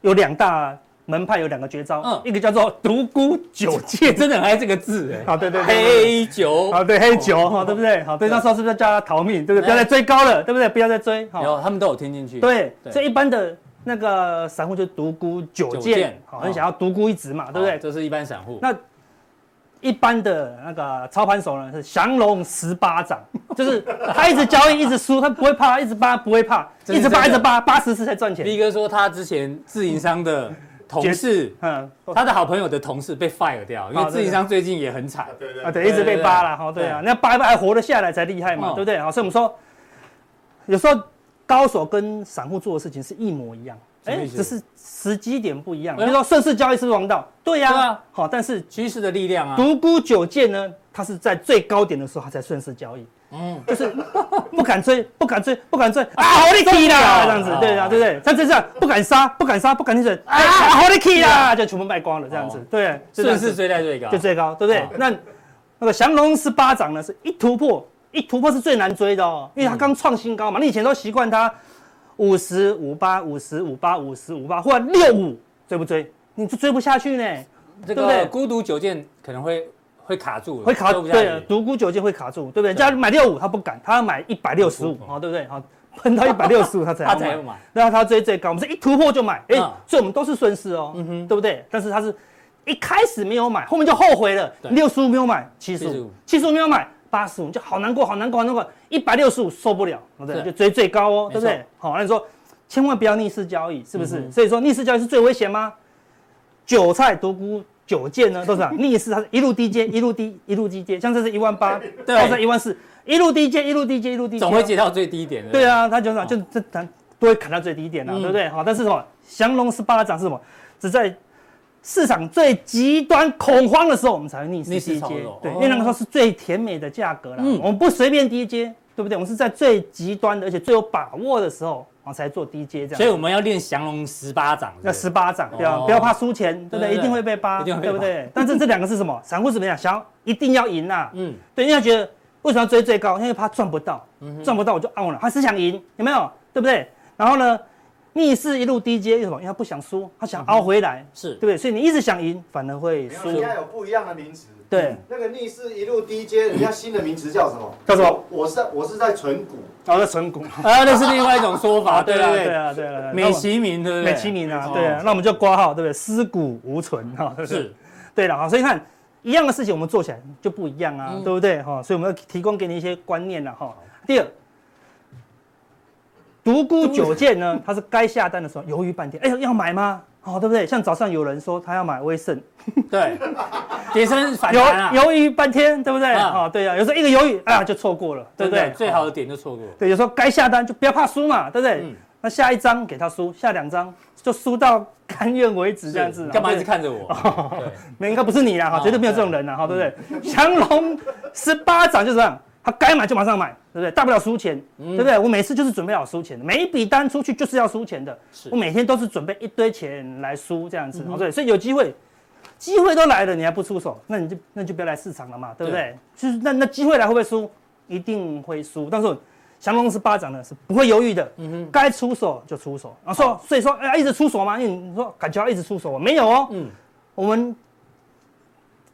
Speaker 1: 有两大门派，有两个绝招，
Speaker 2: 嗯
Speaker 1: 一个叫做独孤九剑，
Speaker 2: [laughs] 真的很爱这个字哎。
Speaker 1: 好，啊对对对对。
Speaker 2: 黑酒，
Speaker 1: 哦好，对黑九哈，对不对？好，对，
Speaker 2: 对
Speaker 1: 那时候是不是叫他逃命？对不对？不
Speaker 2: 哎
Speaker 1: 要再追高了，对不对？不要再追。好
Speaker 2: 然，后他们都有听进去。
Speaker 1: 对
Speaker 2: 对，
Speaker 1: 所以一般的那个散户就独孤九
Speaker 2: 九剑
Speaker 1: 剑，哦好，
Speaker 2: 哦
Speaker 1: 很想要独孤一掷嘛，
Speaker 2: 好，
Speaker 1: 对不对？
Speaker 2: 这是一般散户。
Speaker 1: 那一般的那个操盘手呢是降龙十八掌， [laughs] 就是他一直交易一直输，他不会怕，一直扒不会怕，
Speaker 2: 这是
Speaker 1: 一直扒
Speaker 2: 真
Speaker 1: 一
Speaker 2: 的
Speaker 1: 直扒，八十次才赚钱。
Speaker 2: 力哥说他之前自营商的同事，
Speaker 1: 嗯，
Speaker 2: 他的好朋友的同事被 fire 掉，因为
Speaker 1: 啊对
Speaker 2: 自营商最近也很惨。
Speaker 4: 对对
Speaker 1: 啊对，一直被扒了哈，
Speaker 2: 对
Speaker 1: 对啊，那扒一扒还活得下来才厉害嘛
Speaker 2: 哦，
Speaker 1: 对不对？好，所以我们说，有时候高手跟散户做的事情是一模一样，
Speaker 2: 什么
Speaker 1: 哎，
Speaker 2: 意思
Speaker 1: 只是时机点不一样。
Speaker 2: 哎
Speaker 1: 比
Speaker 2: 呦
Speaker 1: 如说顺势交易是不是王道？对
Speaker 2: 对
Speaker 1: 呀
Speaker 2: 啊，
Speaker 1: 好，但是
Speaker 2: 趋势的力量啊，
Speaker 1: 独孤九剑呢，它是在最高点的时候它才顺势交易，
Speaker 2: 嗯，
Speaker 1: 就是不敢追， [laughs] 不敢追，不敢追啊，好力 key 啦，
Speaker 2: 中了
Speaker 1: 这样子
Speaker 2: 哦，
Speaker 1: 对啊，对不对？像这样不敢杀，不敢杀，不敢停损啊，好力 key 啦，就全部卖光了，这样子
Speaker 2: 哦，
Speaker 1: 对，就这
Speaker 2: 顺
Speaker 1: 样子
Speaker 2: 势追在最高，
Speaker 1: 就最高，对不对
Speaker 2: 哦？
Speaker 1: 那那个降龙十八掌呢，是一突破，一突破是最难追的哦，因为它刚创新高嘛，你以前都习惯它五十五八、五十五八、五十五八，或者六五，追不追？你就追不下去呢，
Speaker 2: 这
Speaker 1: 对不对
Speaker 2: 个孤独九剑可能会会卡住了，
Speaker 1: 会卡
Speaker 2: 追不下去
Speaker 1: 对，独孤九剑会卡住，对不对？人家买六五他不敢，他要买一百六十五，好，对不对？好，喷到一百六十五他才
Speaker 2: 哦他
Speaker 1: 要
Speaker 2: 才
Speaker 1: 啊买
Speaker 2: 会，买，
Speaker 1: 然后他追最高，我们是一突破就买，哎、
Speaker 2: 嗯
Speaker 1: 所以我们都是顺势哦，对不对？但是他是一开始没有买，后面就后悔了，
Speaker 2: 对
Speaker 1: 六十五没有买，七十
Speaker 2: 75
Speaker 1: 五，七十五没有买，八十五，就好难过，好难过，好难过，一百六十五受不了，对不对？
Speaker 2: 是
Speaker 1: 就追最高哦，对不
Speaker 2: 没嗯
Speaker 1: 对？好，那你说千万不要逆势交易，是不是？所以说逆势交易是最危险吗？韭菜独孤。九剑呢，都是这样 [laughs] 逆势，它是一路低接，一路低，一路低接，像这是一万八，
Speaker 2: 对
Speaker 1: 到这一万四，一路低接，一路低接，一路低哦接，
Speaker 2: 总会接到最低点的。
Speaker 1: 对，啊，他就讲就这咱都会砍到最低点了、
Speaker 2: 哦嗯
Speaker 1: 对不对？好，但是什么降龙十八掌是什么？只在市场最极端恐慌的时候，我们才会逆势
Speaker 2: 逆势
Speaker 1: 低
Speaker 2: 操
Speaker 1: 接
Speaker 2: 作。
Speaker 1: 对，
Speaker 2: 哦
Speaker 1: 因为那个时候是最甜美的价格了、
Speaker 2: 嗯
Speaker 1: 我们不随便低接，对不对？我们是在最极端的，而且最有把握的时候，我才做低接这样。
Speaker 2: 所以我们要练降龙十八掌，
Speaker 1: 那十八掌，对啊，
Speaker 2: 哦
Speaker 1: 不要怕输钱，对不
Speaker 2: 对对
Speaker 1: 对？
Speaker 2: 对
Speaker 1: 一定会被扒，
Speaker 2: 一定
Speaker 1: 对不
Speaker 2: 会被扒
Speaker 1: 对？ [laughs] 但是这两个是什
Speaker 2: [laughs]
Speaker 1: 么？散户怎么样？想要一定要赢啊，
Speaker 2: 嗯，
Speaker 1: 对，因为他觉得为什么要追最高？因为怕赚不到，赚不到我就 out 了。他是想赢，有没有？对不对？然后呢，逆势一路低阶，为什么？因为他不想输，他想凹回来，
Speaker 2: 是
Speaker 1: 对不对？所以你一直想赢，反而会
Speaker 2: 嗯
Speaker 4: 没有
Speaker 1: 输
Speaker 4: 人。家有不一样的名词。
Speaker 1: 对，
Speaker 4: 那个逆势一路低阶，人家新的名词叫什么？
Speaker 1: 叫什么？
Speaker 4: 我是在我是在存股，
Speaker 1: 然后成功。
Speaker 2: 啊，那是另外一种说法，对
Speaker 1: [laughs] 啊，
Speaker 2: 不
Speaker 1: 对
Speaker 2: 对？
Speaker 1: 啊，对啊。
Speaker 2: 美其名，对不对？
Speaker 1: 美其名啊
Speaker 2: 哦，
Speaker 1: 对啊。那我们就挂号，对不对？尸骨无存哈，对不对
Speaker 2: 是，
Speaker 1: 对了哈，所以看一样的事情，我们做起来就不一样啊，
Speaker 2: 嗯
Speaker 1: 对不对哈？所以我们要提供给你一些观念了哈。第二，独孤九剑呢，它是该下单的时候犹豫半天，哎呦要买吗？哦，对不对？像早上有人说他要买威盛，
Speaker 2: 对，跌升反
Speaker 1: 犹
Speaker 2: 弹啊，
Speaker 1: 犹豫半天，对不对？
Speaker 2: 啊
Speaker 1: 哦，对啊，有时候一个犹豫，啊就错过了，对不
Speaker 2: 对不
Speaker 1: 对哦
Speaker 2: 对？？最好的点就错过了。
Speaker 1: 对，有时候该下单就不要怕输嘛，对不对？
Speaker 2: 嗯
Speaker 1: 那下一张给他输，下两张就输到甘愿为止，这样子
Speaker 2: 是
Speaker 1: 啦。
Speaker 2: 干嘛
Speaker 1: 对
Speaker 2: 一
Speaker 1: 哦
Speaker 2: 直看着我？对
Speaker 1: 没，应该不是你啦，哈，
Speaker 2: 哦
Speaker 1: 绝对没有这种人啦，哈，对不对？降龙十八掌就是这样，他该买就马上买，对不对？大不了输钱，对不对？我每次就是准备好输钱的，每一笔单出去就是要输钱的
Speaker 2: 是，
Speaker 1: 我每天都是准备一堆钱来输这样子，哦对，所以有机会，机会都来了，你还不出手，那你就那你就不要来市场了嘛，对不对？就是那那机会来会不会输？一定会输，但是我降龙十八掌呢是不会犹豫的，
Speaker 2: 嗯
Speaker 1: 该出手就出手。然后说，所以说，哎、一直出手吗？因为你说感觉要一直出手吗，没有哦，
Speaker 2: 嗯
Speaker 1: 我们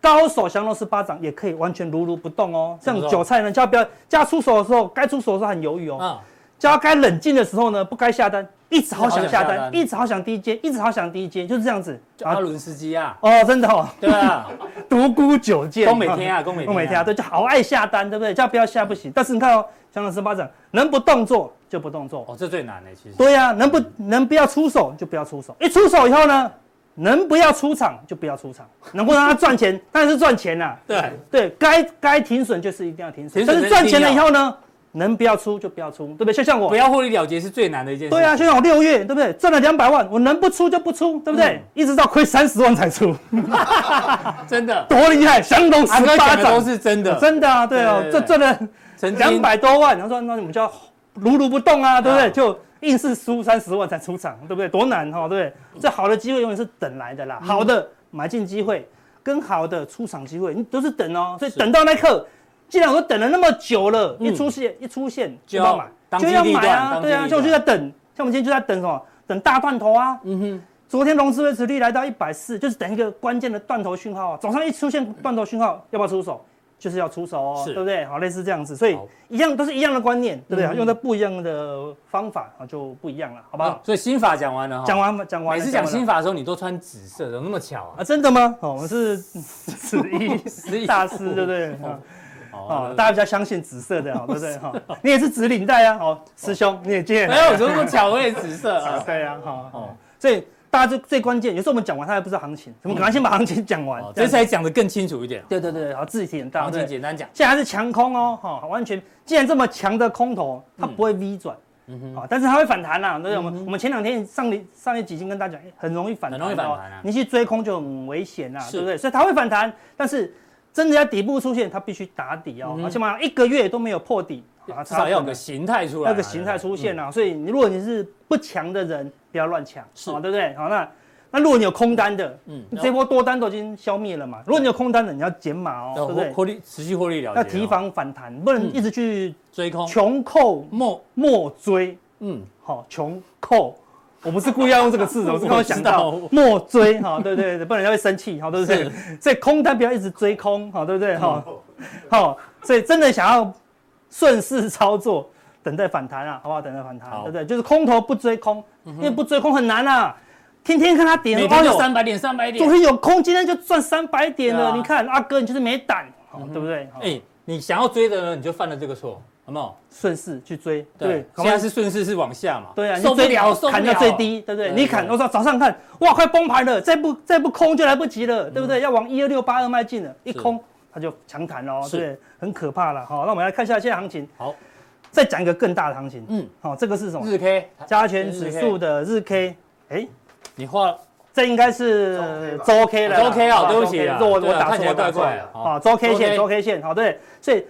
Speaker 1: 高手降龙十八掌也可以完全如如不动哦。像
Speaker 2: 怎么说
Speaker 1: 韭菜呢，叫不要叫出手的时候，该出手的时候很犹豫哦，
Speaker 2: 啊，
Speaker 1: 叫该冷静的时候呢，不该下单，一直好想下
Speaker 2: 一直好想下
Speaker 1: 单，
Speaker 2: 单
Speaker 1: 一直好想低接，一直好想低接，就是这样子
Speaker 2: 就阿
Speaker 1: 啊。
Speaker 2: 伦斯基啊，
Speaker 1: 哦，真的哦，
Speaker 2: 对啊吧？
Speaker 1: 独孤九剑，
Speaker 2: 宫美
Speaker 1: [laughs]
Speaker 2: 天啊，宫美
Speaker 1: 我每
Speaker 2: 天
Speaker 1: 天啊，
Speaker 2: 啊，
Speaker 1: 对，就好爱下单，对不对？叫不要下不行。但是你看哦，降龙十八掌能不动作就不动作，
Speaker 2: 哦，这最难的其实。
Speaker 1: 对呀、能不能不要出手就不要出手，一出手以后呢，能不要出场就不要出场，能不能让他赚钱，当然是赚钱啦、
Speaker 2: 对，
Speaker 1: 对该该停损就是一定要停损，
Speaker 2: 停损
Speaker 1: 但
Speaker 2: 是
Speaker 1: 是赚钱了以后呢，能不要出就不要出，对不对？就像我
Speaker 2: 不，要获利了结是最难的一件事。
Speaker 1: 对啊，就像我六月，对不对？赚了两百万，我能不出就不出，对不
Speaker 2: 嗯
Speaker 1: 对？一直到亏三十万才出，
Speaker 2: 真的，
Speaker 1: 多厉害！降龙
Speaker 2: 阿
Speaker 1: 十
Speaker 2: 哥
Speaker 1: 八
Speaker 2: 讲的都
Speaker 1: 掌，
Speaker 2: 是真的，
Speaker 1: [laughs] 真的啊，对哦
Speaker 2: 对，
Speaker 1: 这
Speaker 2: 对对
Speaker 1: 赚了
Speaker 2: 曾经
Speaker 1: 两百多万，然后说那我们就要如如不动啊，对不
Speaker 2: 啊
Speaker 1: 对？就硬是输三十万才出场，对不对？多难哈，对不对？这好的机会永远是等来的啦，
Speaker 2: 嗯
Speaker 1: 好的买进机会跟好的出场机会，你都是等哦。所以等到那刻，既然我等了那么久了，
Speaker 2: 嗯
Speaker 1: 一出现一出现
Speaker 2: 就
Speaker 1: 就
Speaker 2: 要
Speaker 1: 要买，
Speaker 2: 当
Speaker 1: 就
Speaker 2: 机
Speaker 1: 要
Speaker 2: 立
Speaker 1: 买
Speaker 2: 断
Speaker 1: 啊，
Speaker 2: 当
Speaker 1: 对
Speaker 2: 机
Speaker 1: 啊，
Speaker 2: 立
Speaker 1: 像我就
Speaker 2: 断
Speaker 1: 在等，像我们今天就在等什么？等大断头啊，
Speaker 2: 嗯哼，
Speaker 1: 昨天融资维持率来到一百四，就是等一个关键的断头讯号、啊。早上一出现断头讯号，要不要出手？就是要出手哦，
Speaker 2: 是
Speaker 1: 对不对？好，类似这样子，所以
Speaker 2: 好
Speaker 1: 一样都是一样的观念，对不对？
Speaker 2: 嗯
Speaker 1: 用的不一样的方法啊，就不一样了，好不
Speaker 2: 好
Speaker 1: 好？
Speaker 2: 所以心法讲完了哈，
Speaker 1: 讲完讲完
Speaker 2: 嗯每
Speaker 1: 了，
Speaker 2: 次讲
Speaker 1: 完了
Speaker 2: 心法的时候，你都穿紫色，怎么那么巧啊
Speaker 1: 啊，？真的吗？哦，我们
Speaker 2: [laughs]
Speaker 1: 是紫 [laughs]
Speaker 2: 紫衣
Speaker 1: 衣大师，对不对？啊
Speaker 2: 哦
Speaker 1: 哦，，大家比较相信紫色的，好，对不对？哈，你也是紫领带啊，好，师兄，你也今天也
Speaker 2: 没有，哎怎么那么巧？我也紫
Speaker 1: [laughs]
Speaker 2: 色
Speaker 1: 啊，
Speaker 2: [laughs] 啊。
Speaker 1: 对啊，好，
Speaker 2: 哦
Speaker 1: 好所以大家最最关键，有时候我们讲完，他还不知道行情，我们赶快先把行情讲完
Speaker 2: 哦，，
Speaker 1: 这
Speaker 2: 这
Speaker 1: 样子
Speaker 2: 才讲得更清楚一点。
Speaker 1: 啊对啊对对，好，字体很大，
Speaker 2: 行情
Speaker 1: 对。
Speaker 2: 简单讲，
Speaker 1: 现在还是强空哦，哈、完全，既然这么强的空头，它不会 V 转，
Speaker 2: 嗯哼，嗯
Speaker 1: 好，但是它会反弹啦。对，我们我们前两天上一上一集已经跟大家讲，哎很容易反弹哦，
Speaker 2: 很容易反弹啊
Speaker 1: 你去追空就很危险啦，
Speaker 2: 是
Speaker 1: 对不对？所以它会反弹，但是真的要底部出现，它必须打底哦
Speaker 2: 嗯，哼
Speaker 1: 而且嘛一个月都没有破底，啊
Speaker 2: 至少要有个
Speaker 1: 它
Speaker 2: 形态出来嘛，
Speaker 1: 那个形态
Speaker 2: 对不对
Speaker 1: 出现啊。所以你如果你是不强的人，不要乱抢，
Speaker 2: 是
Speaker 1: 哦对不对？好，那那如果你有空单的，
Speaker 2: 嗯
Speaker 1: 你这波多单都已经消灭了嘛。如果你有空单的，你要减码哦，
Speaker 2: 要
Speaker 1: 对不对
Speaker 2: 嗯获？获利持续获利了结
Speaker 1: 要
Speaker 2: 哦，
Speaker 1: 提防反弹，不
Speaker 2: 嗯
Speaker 1: 能一直去
Speaker 2: 追空
Speaker 1: 穷寇
Speaker 2: 莫
Speaker 1: 莫追。
Speaker 2: 嗯
Speaker 1: 好，穷寇，我不是故意要用这个字的，我是刚刚想到
Speaker 2: 我知道
Speaker 1: 莫追，哈，对对对，不然人家会生气，好，对不对？所以空单不要一直追空，好，对不对？哈，
Speaker 2: 嗯
Speaker 1: 好，所以真的想要顺势操作，等待反弹啊，好不好？等待反弹，
Speaker 2: 好
Speaker 1: 对不对？就是空头不追空，因为不追空很难啊，天天看它跌，
Speaker 2: 每
Speaker 1: 哎
Speaker 2: 天
Speaker 1: 呦
Speaker 2: 有三百点三百
Speaker 1: 昨
Speaker 2: 点，
Speaker 1: 天有空，今天就赚三百点
Speaker 2: 对
Speaker 1: 了，
Speaker 2: 啊
Speaker 1: 你看阿哥，你就是没胆，好，对不对？哎，
Speaker 2: 哎，你想要追的呢，你就犯了这个错，好不好？
Speaker 1: 顺势去追，
Speaker 2: 对，
Speaker 1: 好不
Speaker 2: 现
Speaker 1: 好
Speaker 2: 在是顺势是往下嘛，
Speaker 1: 对啊，你
Speaker 2: 受不
Speaker 1: 最
Speaker 2: 了，受不
Speaker 1: 砍到
Speaker 2: 了，
Speaker 1: 最低，对不对？
Speaker 2: 对
Speaker 1: 你砍，
Speaker 2: 对
Speaker 1: 我说早上看，哇，快崩盘了，再不再不空就来不及了，对不对？要往一二六八二迈进了，一
Speaker 2: 嗯是
Speaker 1: 空它就强弹喽，
Speaker 2: 是
Speaker 1: 对不对，很可怕了。哦好，那我们来看一下现在行情，
Speaker 2: 好，
Speaker 1: 再讲一个更大的行情，
Speaker 2: 嗯，
Speaker 1: 好，这个是什么？
Speaker 2: 日 K
Speaker 1: 加权指数的日 K，哎，
Speaker 2: 你画了
Speaker 1: 这应该是周 K 了啦，
Speaker 2: 周 K
Speaker 1: 好
Speaker 2: 啊，
Speaker 1: 吧
Speaker 2: 对不起啊，
Speaker 1: 周 K，我
Speaker 2: 对
Speaker 1: 我
Speaker 2: 啊
Speaker 1: 打
Speaker 2: 看起
Speaker 1: 错，我打
Speaker 2: 来怪
Speaker 1: 错。
Speaker 2: 怪的，
Speaker 1: 啊，周 K 线，周
Speaker 2: 周
Speaker 1: K 线，好，对，所以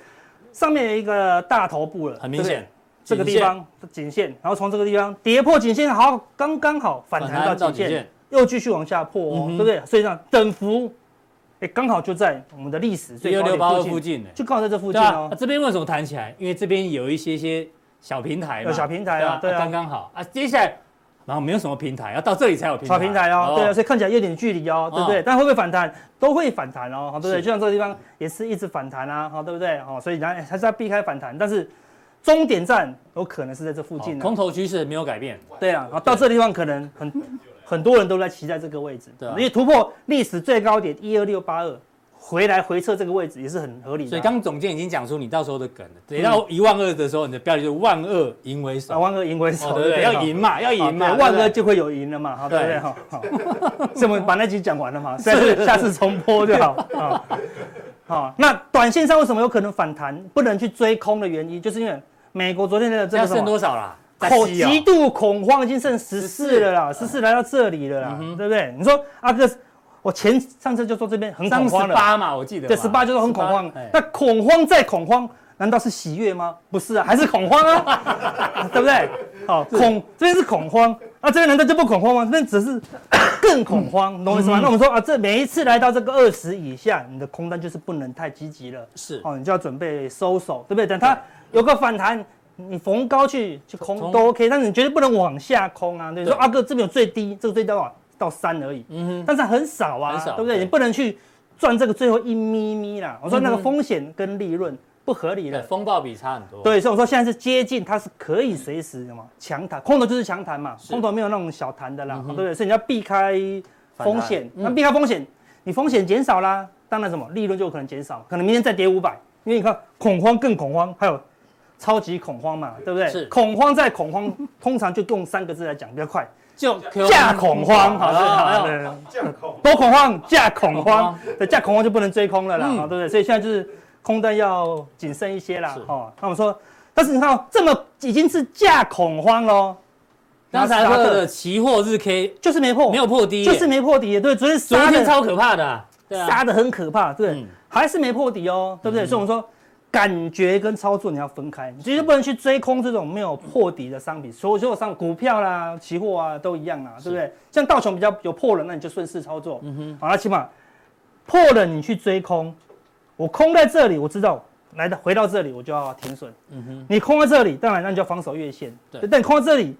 Speaker 1: 上面有一个大头部了，
Speaker 2: 很明
Speaker 1: 对不对
Speaker 2: 显，
Speaker 1: 这个地方的颈线，然后从这个地方跌破颈线，好，刚刚好反弹到颈线，，又继续往下破哦，
Speaker 2: 嗯
Speaker 1: 对
Speaker 2: 哼
Speaker 1: 不对？所以这样等幅，哎，刚好就在我们的历史最
Speaker 2: 一二
Speaker 1: 高
Speaker 2: 六八二
Speaker 1: 点
Speaker 2: 附
Speaker 1: 附近，
Speaker 2: 近呢，
Speaker 1: 就刚好在这附
Speaker 2: 对
Speaker 1: 近
Speaker 2: 啊
Speaker 1: 哦，
Speaker 2: 啊。这边为什么弹起来？因为这边有一些些小平台嘛，
Speaker 1: 有小平台啊对啊
Speaker 2: 刚刚好啊。接下来，然后没有什么平台，要到这里才有平台，
Speaker 1: 小平台哦，对啊，，所以看起来有点距离哦，对不对？
Speaker 2: 哦
Speaker 1: 但会不会反弹？都会反弹哦，好，对不对？
Speaker 2: 是
Speaker 1: 就像这个地方也是一直反弹啊，好，对不对？好，所以然后哎还是要避开反弹，但是终点站有可能是在这附近
Speaker 2: 好
Speaker 1: 啊
Speaker 2: 空头趋势没有改变，
Speaker 1: 对啊，好，到这个地方可能很很多人都在期待这个位置，
Speaker 2: 啊对啊
Speaker 1: 因为突破历史最高点一二六八二，回来回撤这个位置也是很合理的啊。
Speaker 2: 所以刚总监已经讲出你到时候的梗了，等到一万二的时候，你的标题就是万二赢为
Speaker 1: 嗯啊，
Speaker 2: 首，
Speaker 1: 万哥赢为
Speaker 2: 哦
Speaker 1: 首，
Speaker 2: 对不对？要赢嘛，要
Speaker 1: 好
Speaker 2: 赢嘛，
Speaker 1: 啊对万哥
Speaker 2: 对不对
Speaker 1: 就会有赢了嘛，好，对不
Speaker 2: 对
Speaker 1: 对？哈，好，所以我们把那集讲完了
Speaker 2: [laughs]
Speaker 1: 嘛，下次下次重播就好啊。好，那短线上为什么有可能反弹，不能去追空的原因，就是因为美国昨天的这
Speaker 2: 要
Speaker 1: 个什
Speaker 2: 剩
Speaker 1: 么
Speaker 2: 多少啦？
Speaker 1: 恐啊
Speaker 2: 在西哦
Speaker 1: 极度恐慌，已经剩十四了啦，十四来到这里了啦，对不对？你说阿哥，我前上次就说这边很恐
Speaker 2: 当
Speaker 1: 慌
Speaker 2: 十
Speaker 1: 了，
Speaker 2: 八嘛，我记得嘛，
Speaker 1: 对，十八就说很恐慌
Speaker 2: 18哎。
Speaker 1: 那恐慌再恐慌，难道是喜悦吗？不是啊，还是恐慌啊， [laughs] 对不对？好，恐这边是恐慌，那这边难道就不恐慌吗？这边只是 [coughs] 更恐慌，懂我意思吗？那我们说啊，这每一次来到这个二十以下，你的空单就是不能太积极了，
Speaker 2: 是
Speaker 1: 哦，你就要准备收手，对不对？等它有个反弹。你逢高去去空
Speaker 2: 从
Speaker 1: 都 OK，但是你绝对不能往下空啊！对不对，
Speaker 2: 对
Speaker 1: 说阿哥这边有最低，这个最低到啊到三而已，
Speaker 2: 嗯哼，
Speaker 1: 但是很少啊，
Speaker 2: 很少
Speaker 1: 对不对？
Speaker 2: 对嗯
Speaker 1: 你不能去赚这个最后一咪咪啦。我说那个风险跟利润不合理
Speaker 2: 对，
Speaker 1: 了。
Speaker 2: 风暴比差很多，，
Speaker 1: 对，所以我说现在是接近，它是可以随时什么强弹，空头就是强弹嘛，空头没有那种小弹的啦，对不对？所以你要避开风险，
Speaker 2: 嗯反弹嗯
Speaker 1: 那避开风险，你风险减少啦，当然什么利润就有可能减少，可能明天再跌五百，因为你看恐慌更恐慌，还有超级恐慌嘛，对不对？
Speaker 2: 是
Speaker 1: 恐慌再恐慌，通常就用三个字来讲比较
Speaker 2: [laughs]
Speaker 1: 快，
Speaker 2: 就
Speaker 1: 价恐慌，好，对
Speaker 2: 哎呦
Speaker 1: 好对
Speaker 4: 这样恐
Speaker 1: 多恐慌，价恐
Speaker 2: 恐
Speaker 1: 慌
Speaker 2: 慌，
Speaker 1: 对，价恐慌就不能追空了啦，
Speaker 2: 嗯
Speaker 1: 好对不对？所以现在就是空单要谨慎一些啦
Speaker 2: 是，
Speaker 1: 哦。那我们说，但是你看、哦，这么已经是价恐慌喽，
Speaker 2: 刚才说的期货日 K
Speaker 1: 就是没破，
Speaker 2: 没有破低耶，
Speaker 1: 哦就是没破底，对，昨天
Speaker 2: 昨
Speaker 1: 杀
Speaker 2: 天
Speaker 1: 的
Speaker 2: 超可怕的啊，对啊，
Speaker 1: 杀的很可怕，对，
Speaker 2: 嗯
Speaker 1: 还是没破底哦，对不对？所以我们说。感觉跟操作你要分开，你绝对不能去追空这种没有破底的商品。所有所有商股票啦、期货啊都一样啊，对不对？像道琼比较有破了，那你就顺势操作。
Speaker 2: 嗯哼，
Speaker 1: 好，那起码破了你去追空，我空在这里，我知道来到回到这里我就要停损。
Speaker 2: 嗯哼，
Speaker 1: 你空在这里，当然那你就要防守月线。
Speaker 2: 对
Speaker 1: 但你空在这里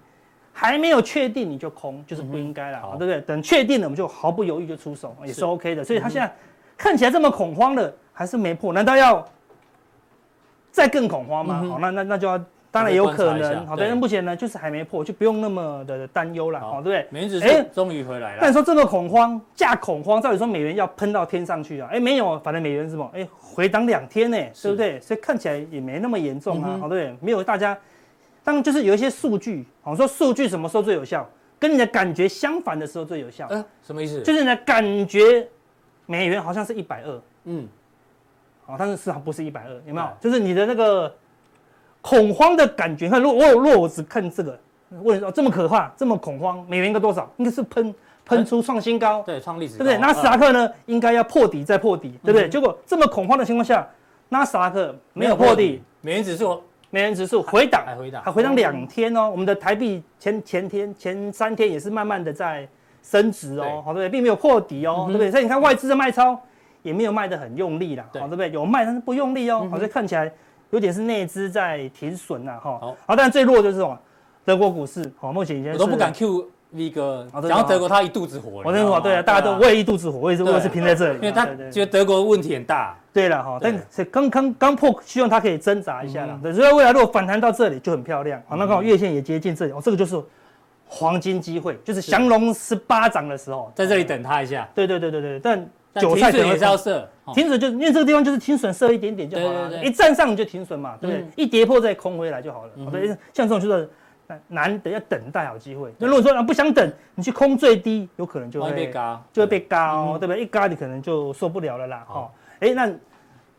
Speaker 1: 还没有确定你就空，就是
Speaker 2: 嗯
Speaker 1: 不
Speaker 2: 哼
Speaker 1: 应该啦，
Speaker 2: 好
Speaker 1: 对不对？等确定了，我们就毫不犹豫就出手，也
Speaker 2: 是嗯
Speaker 1: 是 OK 的。所以他现在看起来这么恐慌的，还是没破，难道要再更恐慌吗
Speaker 2: 嗯？哼
Speaker 1: 好，那那那就要。当然也有可
Speaker 2: 观察一下
Speaker 1: 能，好的，
Speaker 2: 对
Speaker 1: 但目前呢就是还没破，就不用那么的担忧了，
Speaker 2: 好
Speaker 1: 好，对不对？
Speaker 2: 美元指
Speaker 1: 哎
Speaker 2: 数终于回来
Speaker 1: 但
Speaker 2: 了，
Speaker 1: 你说这么恐慌，价恐慌，照理说美元要喷到天上去啊？哎，没有，反正美元是什么？哎，回档两天呢、对不对？所以看起来也没那么严重啊，
Speaker 2: 嗯哼
Speaker 1: 好、对不对？没有大家，当然就是有一些数据，好、说数据什么时候最有效，跟你的感觉相反的时候最有效，
Speaker 2: 呃，什么意思？
Speaker 1: 就是你的感觉美元好像是一百二，哦
Speaker 2: 嗯，
Speaker 1: 啊，但是市场不是一百二，有没有就
Speaker 2: 对？
Speaker 1: 是你的那个恐慌的感觉。看，如果若若我只看这个，问哦说这么可怕，这么恐慌，美元应该多少？应该是喷喷出创新高，
Speaker 2: 对，创历史
Speaker 1: 哎对
Speaker 2: 高，呃
Speaker 1: 不对？纳斯达克呢，应该要破底再破底，对不对？
Speaker 2: 嗯
Speaker 1: 结果这么恐慌的情况下，纳斯达克没有破底，，
Speaker 2: 美元指数
Speaker 1: 美元指数回档，
Speaker 2: 还回档
Speaker 1: 还回档两天哦。我们的台币前前天前三天也是慢慢的在升值
Speaker 3: 对
Speaker 1: 哦，好对不对？并没有破底
Speaker 2: 嗯
Speaker 1: 哦，
Speaker 2: 哼
Speaker 1: 对不对？所以你看外资的卖超也没有卖的很用力啦，好
Speaker 2: 对
Speaker 1: 对不对？有卖但是不用力哦
Speaker 2: 嗯，哼
Speaker 1: 好所以看起来有点是内资在停损呐哈。
Speaker 2: 好
Speaker 1: 好，但最弱就是什么？德国股市，好，目前已经
Speaker 2: 我
Speaker 1: 是
Speaker 2: 都不敢 Q V 哥，
Speaker 1: 哦真的
Speaker 2: 讲到
Speaker 1: 吗
Speaker 2: 德国他一肚子火，
Speaker 1: 我
Speaker 2: 你
Speaker 1: 跟你
Speaker 2: 知道
Speaker 1: 说，
Speaker 2: 吗
Speaker 1: 对啊，大家都我也一肚子火，我也是
Speaker 2: 对
Speaker 1: 我
Speaker 2: 啊
Speaker 1: 也是拼在这里，
Speaker 2: 因为他
Speaker 1: 对对对
Speaker 2: 觉得德国问题很大，
Speaker 1: 对了哈，
Speaker 2: 对
Speaker 1: 但是刚刚刚破，希望它可以挣扎一下啦
Speaker 2: 嗯。
Speaker 1: 对，所以未来如果反弹到这里就很漂亮。好，那刚好月线也接近这里，哦，这个就是黄金机会，就是降龙十八掌的时候，
Speaker 2: 在这里。等他一下，
Speaker 1: 对对对对对，但
Speaker 2: 但
Speaker 1: 韭
Speaker 2: 停
Speaker 1: 菜
Speaker 2: 损也是要
Speaker 1: 要
Speaker 2: 设，哦
Speaker 1: 停损，就是因为这个地方就是停损设一点点就好
Speaker 2: 对对
Speaker 1: 了，
Speaker 2: 对
Speaker 1: 一站上你就停损嘛，对不对
Speaker 2: 嗯？
Speaker 1: 一跌破再空回来就好了
Speaker 2: 嗯。
Speaker 1: 好对，像这种就是难难得要等待好机会。那如果说啊不想等，你去空最低，有可能就
Speaker 2: 万一被
Speaker 1: 会
Speaker 2: 嘎
Speaker 1: 就会被嘎哦，
Speaker 2: 嗯
Speaker 1: 对不对？一嘎你可能就受不了了啦。
Speaker 2: 好
Speaker 1: 哦，哎，那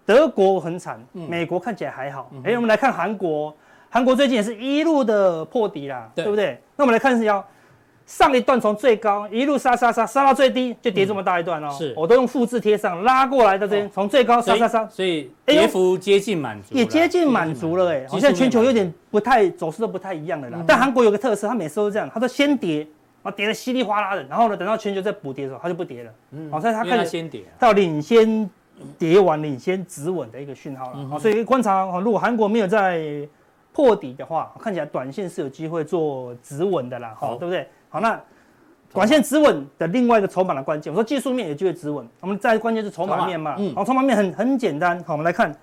Speaker 1: 德国很惨，
Speaker 2: 嗯
Speaker 1: 美国看起来还好
Speaker 2: 嗯。哼
Speaker 1: 哎，我们来看韩国，韩国最近也是一路的破底啦，
Speaker 2: 对
Speaker 1: 对不对？那我们来看是要上一段从最高一路杀杀杀杀到最低，就跌这么大一段哦。
Speaker 2: 嗯是
Speaker 1: 我都用复制贴上拉过来到这
Speaker 2: 哦
Speaker 1: 边，从最高
Speaker 2: 所
Speaker 1: 杀
Speaker 2: 以
Speaker 1: 杀杀。
Speaker 2: 所以
Speaker 1: 哎呦
Speaker 2: 跌幅接近满足了，
Speaker 1: 也接近满足了哎、
Speaker 2: 接近满足
Speaker 1: 好像全球有点不太走势都不太一样的啦。
Speaker 2: 嗯
Speaker 1: 但韩国有个特色，它每次都这样，它都先跌，然后跌得稀里哗啦的，然后呢，等到全球在补跌的时候，它就不跌了，
Speaker 2: 嗯
Speaker 1: 好像他
Speaker 2: 因为
Speaker 1: 看着
Speaker 2: 先跌啊，
Speaker 1: 到领先跌完、领先止稳的一个讯号了
Speaker 2: 嗯。哼
Speaker 1: 好所以观察，哦如果韩国没有在破底的话，看起来短线是有机会做止稳的啦，
Speaker 2: 好
Speaker 1: 好，对不对？好，那。短线止稳的另外一个筹码的关键，我说技术面有机会止稳，我们再关键是筹
Speaker 2: 筹码
Speaker 1: 码面嘛。
Speaker 2: 嗯
Speaker 1: 好，筹码面很很简单，好，我们来看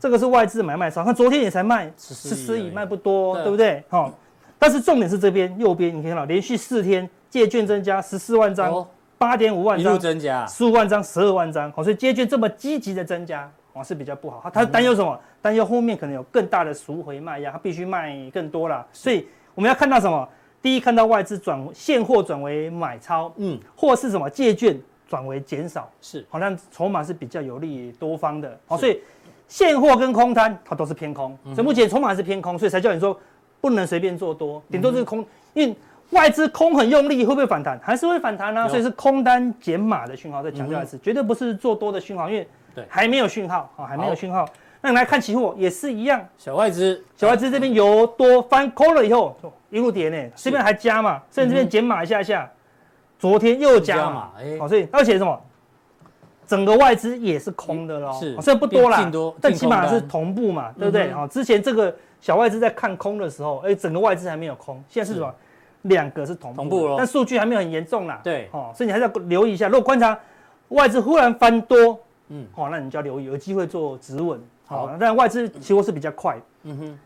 Speaker 1: 这个是外资买卖超，看昨天也才卖
Speaker 2: 14
Speaker 1: 十四
Speaker 2: 亿而已
Speaker 1: 亿，卖不多，
Speaker 2: 对
Speaker 1: 对不对？好、但是重点是这边右边，你可以看到连续四天借券增加十四万张，
Speaker 2: 哦
Speaker 1: 八点五万
Speaker 2: 一
Speaker 1: 张
Speaker 2: 路，增加，
Speaker 1: 十五万张、十二万张，好，所以借券这么积极的增加，哦是比较不好。他他担忧什么？担忧后面可能有更大的赎回卖压，他必须卖更多啦。所以我们要看到什么？第一，看到外资转现货转为买超，
Speaker 2: 嗯，
Speaker 1: 或是什么借券转为减少，
Speaker 2: 是
Speaker 1: 好，那筹码是比较有利于多方的，好，
Speaker 2: 是
Speaker 1: 所以现货跟空单它都是偏空，
Speaker 2: 嗯
Speaker 1: 所以目前筹码还是偏空，所以才叫你说不能随便做多，顶多就是
Speaker 2: 嗯
Speaker 1: 空，因为外资空很用力，会不会反弹？还是会反弹啊，
Speaker 2: 有嗯
Speaker 1: 所以是空单减码的讯号，再强调一次，绝对不是做多的讯号，因为
Speaker 2: 对
Speaker 1: 还没有讯号，好，还没
Speaker 2: 好
Speaker 1: 有讯号。那你来看期货也是一样，
Speaker 2: 小外资
Speaker 1: 小外资这边由多翻空了以后，一路跌呢，这边还加嘛，甚至
Speaker 2: 嗯
Speaker 1: 这边减码一下下，昨天又加哦码。
Speaker 2: 嘛，哎
Speaker 1: 好，所以而且什么，整个外资也是空的喽，
Speaker 2: 是
Speaker 1: 虽然不多啦
Speaker 2: 进多，
Speaker 1: 但
Speaker 2: 进
Speaker 1: 起
Speaker 2: 空
Speaker 1: 码
Speaker 2: 单
Speaker 1: 是同步嘛，对不对？
Speaker 2: 嗯哼
Speaker 1: 好，之前这个小外资在看空的时候，哎，整个外资还没有空，现在是什么？两个是同步的，
Speaker 2: 同步咯
Speaker 1: 但数据还没有很严重啦。
Speaker 2: 对
Speaker 1: 哦，所以你还是要留意一下，如果观察外资忽然翻多，
Speaker 2: 嗯
Speaker 1: 嗯，好，那你就要留意，有机会做止稳。
Speaker 2: 好
Speaker 1: 好，但外资期货是比较快，
Speaker 2: 嗯哼，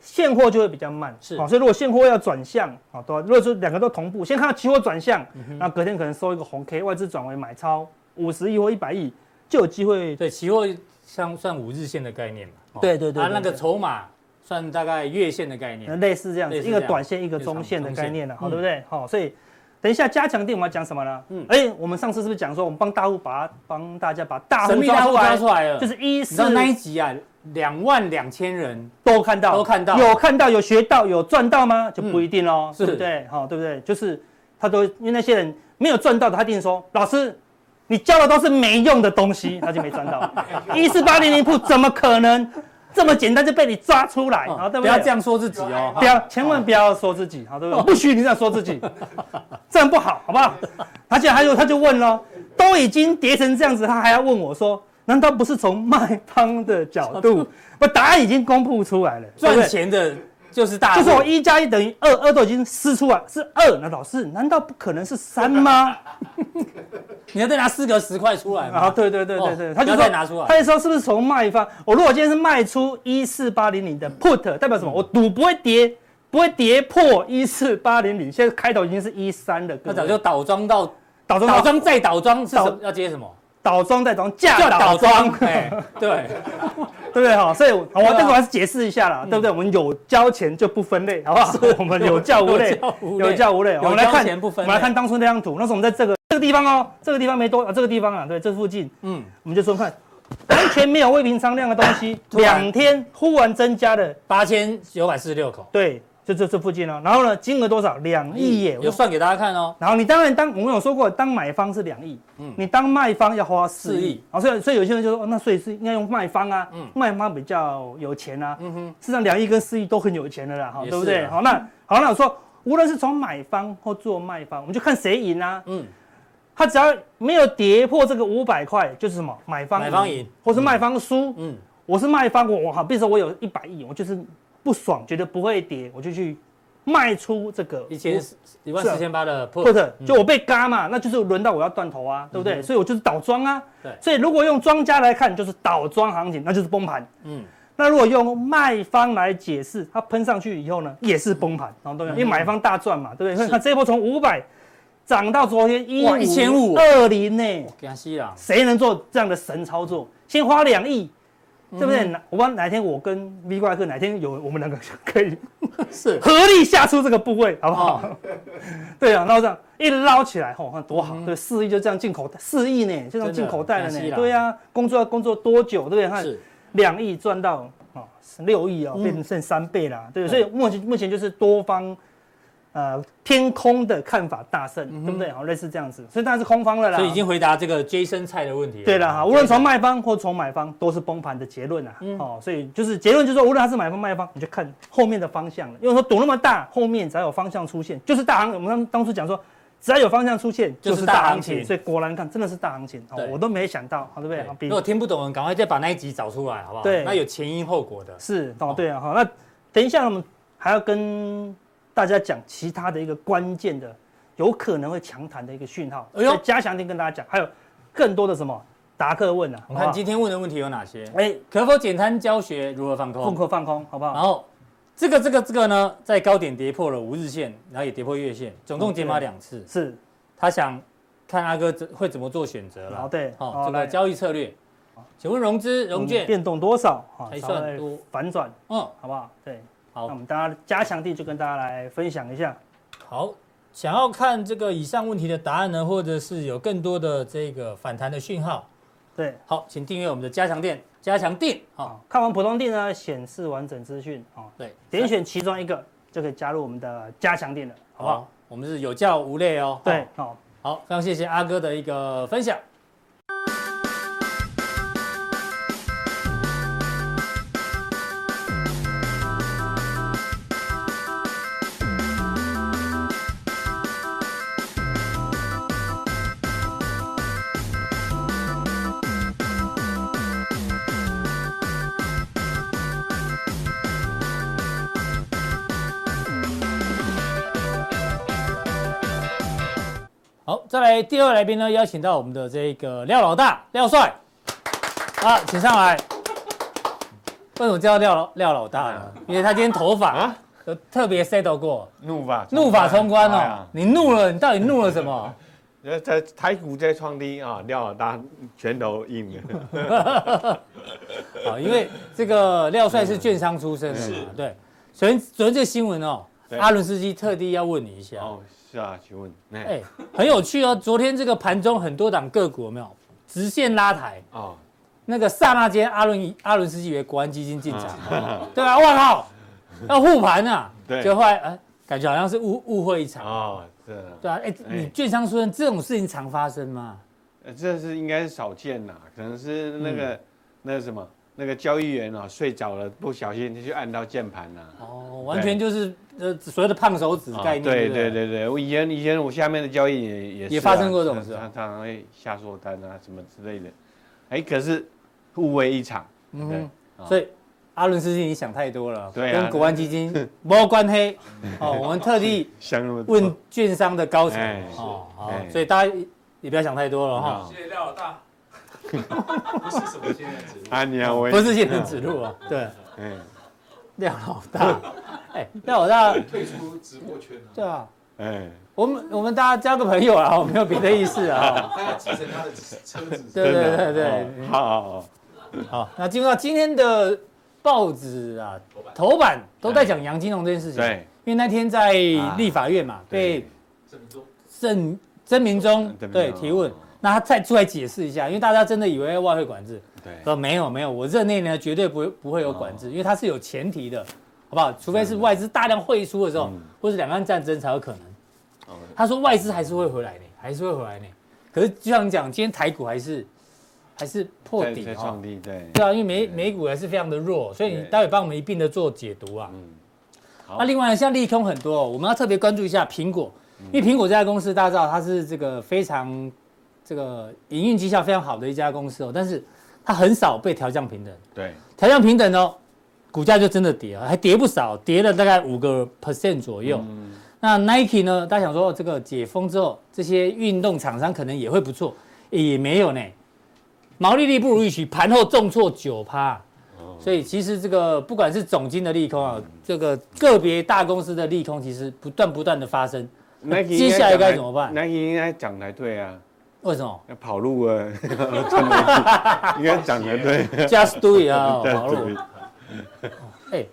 Speaker 1: 现货就会比较慢，哦
Speaker 2: 是
Speaker 1: 好、所以如果现货要转向，好、都如果说两个都同步，先看到期货转向，
Speaker 2: 嗯
Speaker 1: 那、隔天可能收一个红 K，外资转为买超五十亿或一百亿，就有机会。
Speaker 2: 对，期货像算五日线的概念嘛，哦
Speaker 1: 对对对
Speaker 2: 啊，
Speaker 1: 对
Speaker 2: 那个
Speaker 1: 对嗯
Speaker 2: 筹码算大概月线的概念，
Speaker 1: 类似这样子，
Speaker 2: 嗯类似
Speaker 1: 一
Speaker 2: 这样
Speaker 1: 个短线一个中线的概念了、好、
Speaker 2: 中线嗯
Speaker 1: 对不对？好、所以等一下加强定我们要讲什么呢？
Speaker 2: 嗯
Speaker 1: 嗯，哎、我们上次是不是讲说我们帮大户把它帮大家把大
Speaker 2: 神
Speaker 1: 户
Speaker 2: 秘大
Speaker 1: 抓出
Speaker 2: 户抓
Speaker 1: 来，
Speaker 2: 出来
Speaker 1: 就
Speaker 2: 了，[laughs] 就是
Speaker 1: 是一
Speaker 2: 你知
Speaker 1: 四
Speaker 2: 道那一集啊，两万两千人，
Speaker 1: 都看到，
Speaker 2: 都看到嗯
Speaker 1: 有看到有学到有赚到吗？就不一定喽，
Speaker 2: 是
Speaker 1: 对不对？好、对不对？就是他都因为那些人没有赚到的，他一定说老师。你教的都是没用的东西，他就没赚
Speaker 2: [laughs]
Speaker 1: 到。一四八零零铺怎么可能这么简单就被你抓出来？好、
Speaker 2: 哦
Speaker 1: 对不
Speaker 2: 不
Speaker 1: 对？
Speaker 2: 要这样说自己哦，
Speaker 1: 不要，千万不要说自己，好，对不哦对？不许你这样说自己， [laughs] 这样不好，好不好？而且还有，他就问咯，都已经跌成这样子，他还要问我说，难道不是从卖方的角度？我答案已经公布出来了，对不对
Speaker 2: 赚钱的就是大户，
Speaker 1: 就是我一加一等于二，二都已经撕出来是二，那老师难道不可能是三吗？
Speaker 2: 你要再拿四个十块出来
Speaker 1: 啊，
Speaker 2: 嘛，
Speaker 1: 对对对对对，
Speaker 2: 哦
Speaker 1: 他就
Speaker 2: 不要
Speaker 1: 说
Speaker 2: 再拿出来
Speaker 1: 他就说是不是从卖方？我如果今天是卖出一四八零零的 put，代表
Speaker 2: 嗯
Speaker 1: 什么？我赌不会跌，不会跌破一四八零零。现在开头已经是一三了，
Speaker 2: 那
Speaker 1: 各
Speaker 2: 早
Speaker 1: 位
Speaker 2: 就倒装到
Speaker 1: 倒装
Speaker 2: 倒
Speaker 1: 倒装
Speaker 2: 装再倒装是什么
Speaker 1: 倒
Speaker 2: 要接什么？
Speaker 1: 倒装再倒装架
Speaker 2: 叫
Speaker 1: 倒
Speaker 2: 倒
Speaker 1: 装
Speaker 2: 装，，哎，对，
Speaker 1: 对不对哈？所以我
Speaker 2: 对啊嗯
Speaker 1: 我这个我还是解释一下啦，对不对？我们有交钱就不分类，好不好？我们有教无类。有教无类，我
Speaker 2: 有
Speaker 1: 们来
Speaker 2: 交
Speaker 1: 看，
Speaker 2: 钱不分
Speaker 1: 我们来
Speaker 2: 类
Speaker 1: 看当初那张图。那时候我们在这个这个地方哦，这个地方没多，啊这个地方啊，对，这附近，
Speaker 2: 嗯，
Speaker 1: 我们就说看 [coughs] 完全没有未平仓量的东西，
Speaker 2: [coughs] 突然
Speaker 1: 两天忽然增加了，
Speaker 2: 八千九百四十六口，
Speaker 1: 对，就这这附近哦。然后呢，金额多少？两亿耶！
Speaker 2: 有算给大家看哦。
Speaker 1: 然后你当然当我们有说过，当买方是两亿，
Speaker 3: 嗯
Speaker 1: 你当卖方要花四
Speaker 2: 四
Speaker 1: 亿
Speaker 2: 亿。
Speaker 1: 啊，所以所以有些人就说，哦那所以是应该用卖方啊，
Speaker 2: 嗯
Speaker 1: 卖方比较有钱啊。
Speaker 3: 嗯哼，
Speaker 1: 事实上，两亿跟四亿都很有钱的啦，哈，
Speaker 2: 也是啊
Speaker 1: 对不对？好，那好，那我说，无论是从买方或做卖方，我们就看谁赢啊。
Speaker 2: 嗯，
Speaker 1: 他只要没有跌破这个五百块，就是什么买方
Speaker 2: 买方赢，
Speaker 1: 或是卖方输。
Speaker 2: 嗯，
Speaker 1: 我是卖方，我我好，比如说我有一百亿，我就是不爽，觉得不会跌，我就去卖出这个
Speaker 2: 一千一万
Speaker 1: 是啊
Speaker 2: 四千八的
Speaker 1: 或
Speaker 2: put，
Speaker 1: 者就我被嘎嘛，那就是轮到我要断头啊，对不对？所以我就是倒庄啊。
Speaker 2: 嗯对
Speaker 1: 所以如果用庄家来看，就是倒庄行情，那就是崩盘。
Speaker 2: 嗯，
Speaker 1: 那如果用卖方来解释，它喷上去以后呢，也是崩盘，然后都一
Speaker 2: 嗯
Speaker 1: 样，因为买方大赚嘛，对不对？所以看这一波从五百涨到昨天一
Speaker 2: 哇1500
Speaker 1: 二零呢，
Speaker 2: 给他吸了，
Speaker 1: 谁能做这样的神操作？先花两亿，对不
Speaker 2: 嗯
Speaker 1: 对？哪我不知道哪天我跟 V 怪客哪天有我们两个可以
Speaker 2: [laughs] 是
Speaker 1: 合力下出这个部位，好不好？
Speaker 2: 哦，
Speaker 1: 对啊，然后这样一捞起来，吼、看多好，对，四亿就这样进口袋，四亿呢，就这样进口袋了
Speaker 2: 嗯真的感谢
Speaker 1: 呢。
Speaker 2: 啦
Speaker 1: 对啊，工作要工作多久，对不对？看
Speaker 2: 是
Speaker 1: 两亿赚到哦，六亿哦，
Speaker 2: 嗯
Speaker 1: 变成三倍啦，对，
Speaker 2: 对
Speaker 1: 所以目前目前就是多方。呃，天空的看法大胜，对不对？好，类似这样子，所以当然是空方了啦。
Speaker 2: 嗯所以已经回答这个 Jason 菜的问题了。
Speaker 1: 对了哈，无
Speaker 2: 啊
Speaker 1: 论从卖方或从买方，都是崩盘的结论啊。
Speaker 2: 嗯
Speaker 1: 哦，所以就是结论就是说，无论它是买方卖方，你就看后面的方向了。因为说赌那么大，后面只要有方向出现，就是大行。我们当当初讲说，只要有方向出现，
Speaker 2: 就是
Speaker 1: 就是
Speaker 2: 大
Speaker 1: 大
Speaker 2: 行
Speaker 1: 行情。
Speaker 2: 情
Speaker 1: 所以果然看，真的是大行情。哦
Speaker 2: 对，
Speaker 1: 我都没想到，好对不对好？
Speaker 2: 如果听不懂，赶快再把那一集找出来，好不好？
Speaker 1: 对
Speaker 2: 那有前因后果的。
Speaker 1: 是哦，对啊，好，那等一下我们还要跟大家讲其他的一个关键的，有可能会强弹的一个讯号，
Speaker 2: 哎呦
Speaker 1: 再加强点跟大家讲，还有更多的什么达克问啊，好不
Speaker 2: 我们看
Speaker 1: 好？
Speaker 2: 今天问的问题有哪些？
Speaker 1: 哎，
Speaker 2: 可否简单教学如何放
Speaker 1: 空
Speaker 2: 空？
Speaker 1: 口放空，好不好
Speaker 2: 然？后这个这个这个呢，在高点跌破了五日线，然后也跌破月线，总共解码两次。
Speaker 1: 是，
Speaker 2: 他想看阿哥怎会怎么做选择
Speaker 1: 然后
Speaker 2: 了。
Speaker 1: 对，
Speaker 2: 好，
Speaker 1: 好
Speaker 2: 这
Speaker 1: 来
Speaker 2: 个交易策略，请问融资融
Speaker 1: 嗯
Speaker 2: 券，
Speaker 1: 变动多少啊？
Speaker 2: 还
Speaker 1: 稍
Speaker 2: 算
Speaker 1: 微
Speaker 2: 多
Speaker 1: 反转，
Speaker 2: 嗯，
Speaker 1: 好不好？对，那我
Speaker 2: 好
Speaker 1: 们大家加强地就跟大家来分享一下。
Speaker 2: 好。想要看这个以上问题的答案呢，或者是有更多的这个反弹的讯号，
Speaker 1: 对，
Speaker 2: 好，请订阅我们的加强店，加强店，好，
Speaker 1: 好，看完普通地呢，显示完整资讯啊，
Speaker 2: 对，
Speaker 1: 点选其中一个就可以加入我们的加强店了，好不
Speaker 2: 好不
Speaker 1: 好？
Speaker 2: 好？我们是有教无类哦。
Speaker 1: 对，好，
Speaker 2: 好，非常谢谢阿哥的一个分享。好，再来第二位来宾呢，邀请到我们的这个廖老大廖帅，啊，请上来。为什么叫廖老廖老大呢？因为他今天头发
Speaker 3: 啊
Speaker 2: 有特别 settle 过，
Speaker 3: 怒发
Speaker 2: 怒发冲冠
Speaker 3: 哎
Speaker 2: 哦
Speaker 3: 呀。
Speaker 2: 你怒了，你到底怒了什么？
Speaker 3: 呃，在台股在创低啊，廖老大拳头硬了。
Speaker 2: 好，因为这个廖帅是券商出身的嘛，对。昨天昨天这个新闻哦，
Speaker 3: 嗯对
Speaker 2: 阿伦斯基特地要问你一下，
Speaker 3: 哦，是啊，请问，哎，
Speaker 2: 哎，很有趣哦。昨天这个盘中很多档个股有没有直线拉抬？
Speaker 3: 哦，
Speaker 2: 那个刹那间，阿伦阿伦斯基以为国安基金进场，
Speaker 3: 啊
Speaker 2: 对吧？我靠，要护盘啊！
Speaker 3: 对
Speaker 2: 就后来哎，感觉好像是误误会一场，
Speaker 3: 哦，是啊，
Speaker 2: 对啊，哎，
Speaker 3: 哎
Speaker 2: 你券商出身这种事情常发生吗？
Speaker 3: 呃这是应该是少见啦，可能是那
Speaker 2: 嗯
Speaker 3: 个那个什么那个交易员啊睡着了，不小心就按到键盘啦。
Speaker 2: 哦，完全就是呃所谓的胖手指
Speaker 3: 啊
Speaker 2: 概念，
Speaker 3: 对
Speaker 2: 不
Speaker 3: 对，对对，我以前以前我下面的交易也也是啊
Speaker 2: 也发生过这种事啊
Speaker 3: 常常常会下错单啊什么之类的，哎，可是互为一场，
Speaker 2: 嗯
Speaker 3: 对
Speaker 2: 哼，所以。阿伦斯基，你想太多了，
Speaker 3: 啊对啊
Speaker 2: 跟国安基金 [laughs] 没关
Speaker 3: [laughs]
Speaker 2: 系。哦，我们特地
Speaker 3: 想那么多
Speaker 2: 问券商的高层
Speaker 3: 哎，
Speaker 2: 哦，好
Speaker 3: 哎，啊
Speaker 2: 所以哦大家也不要想太多了哈。
Speaker 5: 谢谢廖老
Speaker 3: [laughs]
Speaker 5: 大。不是什么现在职务，
Speaker 3: 啊，你好，我
Speaker 2: 不是，仙人指路
Speaker 3: [laughs]
Speaker 2: 啊，对，
Speaker 3: 哎
Speaker 2: 廖老大，哎，廖老大，
Speaker 5: 退出直播圈了，
Speaker 2: 对啊，
Speaker 3: 哎，
Speaker 2: 我们我们大家交个朋友啊，我 [laughs] 没有别的意思
Speaker 3: [laughs]
Speaker 2: 啊。
Speaker 5: 他要继承他的车子。
Speaker 2: 对对
Speaker 3: 真的
Speaker 2: 对
Speaker 3: 啊
Speaker 2: 对，
Speaker 3: 哦好好好，
Speaker 2: 好，那进入到今天的报纸啊，头版都在讲杨金龙这件事情。，
Speaker 3: 对，
Speaker 2: 因为那天在
Speaker 3: 啊
Speaker 2: 立法院嘛，被
Speaker 3: 对
Speaker 5: 证明说
Speaker 2: 郑曾明忠
Speaker 3: 嗯曾明忠
Speaker 2: 对提问
Speaker 3: 哦，
Speaker 2: 那他再出来解释一下，因为大家真的以为外汇管制，
Speaker 3: 对，
Speaker 2: 说没有没有，我任内呢绝对不会不会有管
Speaker 3: 哦
Speaker 2: 制，因为它是有前提的，好不好？除非是外资大量汇出的时候，
Speaker 3: 嗯
Speaker 2: 或是两岸战争才有可能。他说外资还是会回来的，还是会回来的。可是就像你讲，今天台股还是还是破
Speaker 3: 在
Speaker 2: 底
Speaker 3: 在
Speaker 2: 哦
Speaker 3: 创。地，对，
Speaker 2: 对啊，因为美美股还是非常的弱，所以你
Speaker 3: 对
Speaker 2: 待会帮我们一并的做解读啊。
Speaker 3: 嗯，好
Speaker 2: 那另外呢像利空很多、哦，我们要特别关注一下苹果，因为苹果这家公司大家知道它是这个非常这个营运绩效非常好的一家公司哦，但是它很少被调降平等，
Speaker 3: 对，
Speaker 2: 调降平等哦，股价就真的跌了，还跌不少，跌了大概五个 percent 左右。
Speaker 3: 嗯，
Speaker 2: 那 Nike 呢？大家想说哦这个解封之后，这些运动厂商可能也会不错，诶也没有呢，毛利率不如预期，盘后重挫九趴。
Speaker 3: 哦嗯
Speaker 2: 所以其实这个不管是总金的利空啊，这个个别大公司的利空，其实不断不断的发生。
Speaker 3: Nike
Speaker 2: 接下来该怎么办
Speaker 3: ？Nike 应该涨才对啊，
Speaker 2: 为什么
Speaker 3: 要跑路啊， [laughs] 穿回去应该涨才对，
Speaker 2: ？Just do it
Speaker 3: [laughs]
Speaker 2: 啊，网络
Speaker 3: 对
Speaker 2: 哎，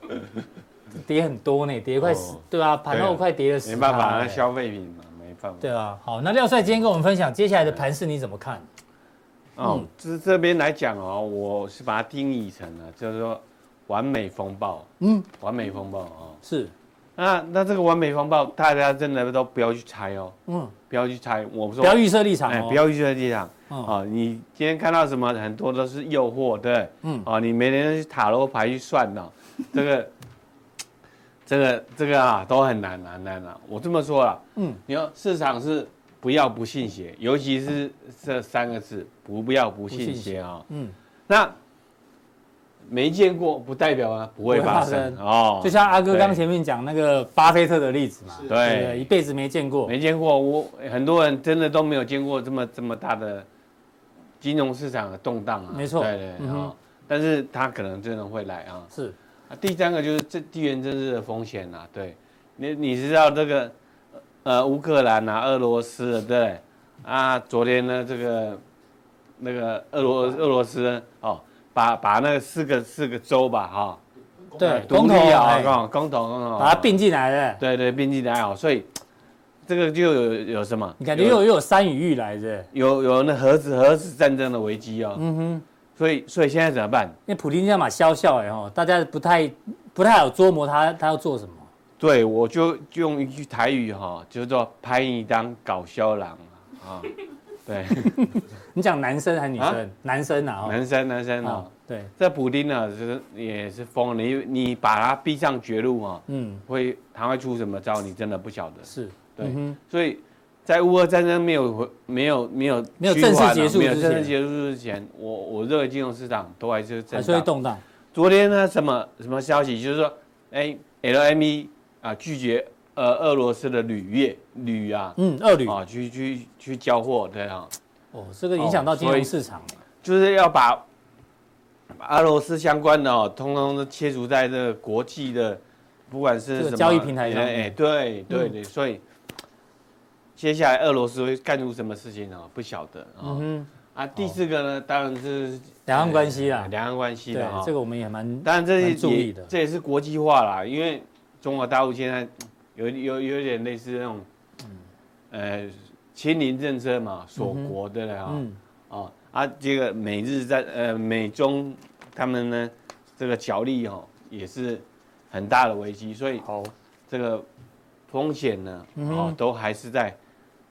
Speaker 2: 跌很多呢，跌快十
Speaker 3: 哦，
Speaker 2: 对啊，盘后
Speaker 3: 对啊
Speaker 2: 快跌了十。
Speaker 3: 没办法，那。消费品嘛，没办法。
Speaker 2: 对啊，好，那廖帅今天跟我们分享接下来的盘势你怎么看？
Speaker 3: 哦
Speaker 2: 嗯，
Speaker 3: 这这边来讲哦，我是把它定义成了，就是说完美风暴，
Speaker 2: 嗯，
Speaker 3: 完美风暴哦。
Speaker 2: 是，
Speaker 3: 那那这个完美风暴，大家真的都不要去猜哦，
Speaker 2: 嗯，
Speaker 3: 不要去猜。我说
Speaker 2: 不要预设立场
Speaker 3: 哎，
Speaker 2: 哦，
Speaker 3: 不要预设立场
Speaker 2: 嗯
Speaker 3: 啊！你今天看到什么，很多都是诱惑，对不对，
Speaker 2: 嗯
Speaker 3: 啊，你每天去塔罗牌去
Speaker 2: [laughs]
Speaker 3: 算呢，这个，这个，这个啊，都很难啊，很难啊。我这么说啦，
Speaker 2: 嗯
Speaker 3: 嗯，你要市场是不要不信邪，尤其是这三个字，不不要不信
Speaker 2: 不信
Speaker 3: 邪啊。
Speaker 2: 嗯，
Speaker 3: 那没见过不代表啊不会
Speaker 2: 不会
Speaker 3: 发
Speaker 2: 发生
Speaker 3: 生哦，
Speaker 2: 就像阿哥
Speaker 3: 对
Speaker 2: 刚前面讲那个巴菲特的例子嘛，
Speaker 4: 是
Speaker 2: 对不对，
Speaker 3: 对
Speaker 2: 一辈子没见过，
Speaker 3: 没见过，我很多人真的都没有见过这么这么大的金融市场的动荡啊。
Speaker 2: 没错
Speaker 3: 对对
Speaker 2: 嗯
Speaker 3: 啊、
Speaker 2: 哼
Speaker 3: 哦但是它可能真的会来啊。
Speaker 2: 是，
Speaker 3: 啊第三个就是这地缘政治的风险啊，对，你你知道这个呃乌克兰啊、俄罗斯的对不对啊，昨天呢这个那个俄罗俄罗斯呢哦，把把那个四个四个州吧哈、
Speaker 2: 对，
Speaker 3: 独
Speaker 2: 公
Speaker 3: 立
Speaker 2: 投
Speaker 3: 啊，
Speaker 2: 哎
Speaker 3: 公投公投公投，
Speaker 2: 把它并进来了。
Speaker 3: 对对，边境来好，所以这个就有有什么？
Speaker 2: 你感觉又又有山雨欲来着？
Speaker 3: 有有那核子核子战争的危机哦，
Speaker 2: 嗯哼，
Speaker 3: 所以所以现在怎么办？
Speaker 2: 因为普丁这样嘛，笑笑哎吼，大家不太不太好琢磨他他要做什么。
Speaker 3: 对我就就用一句台语哈、就是说拍你当搞笑郎啊，对，
Speaker 2: 你讲男生还是女生
Speaker 3: 啊？
Speaker 2: 男生啊，哦
Speaker 3: [laughs] 男生男生啊、
Speaker 2: 哦，对，
Speaker 3: 这普丁呢就是也是疯了，你你把他逼上绝路啊、
Speaker 2: 嗯，
Speaker 3: 会他会出什么招，你真的不晓得。
Speaker 2: 是，
Speaker 3: 对
Speaker 2: 嗯哼，
Speaker 3: 所以在乌俄战争没有回没有没有
Speaker 2: 没有
Speaker 3: 趋缓
Speaker 2: 正
Speaker 3: 啊
Speaker 2: 式结束
Speaker 3: 没有
Speaker 2: 之
Speaker 3: 正式
Speaker 2: 前
Speaker 3: 结束之前，我我认为金融市场都还是
Speaker 2: 还
Speaker 3: 震
Speaker 2: 是会
Speaker 3: 荡。
Speaker 2: 动荡。
Speaker 3: 昨天呢，什么什么消息？就是说，哎，LME 啊拒绝呃俄罗斯的铝业铝啊
Speaker 2: 嗯，二旅
Speaker 3: 啊去去去交货，对啊，
Speaker 2: 哦，这个影响到金融市
Speaker 3: 哦
Speaker 2: 场。
Speaker 3: 就是要把把俄罗斯相关的哦，通通都切除在这个国际的，不管是
Speaker 2: 这个
Speaker 3: 什么
Speaker 2: 交易平台上嗯
Speaker 3: 哎、哎对对对，所以接下来俄罗斯会干出什么事情呢、不晓得啊、
Speaker 2: 嗯哼，
Speaker 3: 啊，第四个呢，当然是
Speaker 2: 两岸关系啦
Speaker 3: 哎两岸关系
Speaker 2: 对
Speaker 3: 的啊、，
Speaker 2: 这个我们也蛮
Speaker 3: 当然这
Speaker 2: 蛮注意
Speaker 3: 也
Speaker 2: 的
Speaker 3: 这也是国际化啦，因为中国大陆现在有有有点类似那种，
Speaker 2: 嗯
Speaker 3: 呃，清零政策嘛，锁国的了啊，
Speaker 2: 嗯，
Speaker 3: 哦啊，这个美日在呃美中他们呢这个角力哦也是很大的危机，所以
Speaker 1: 好，
Speaker 3: 这个风险呢哦
Speaker 2: 嗯哼
Speaker 3: 都还是在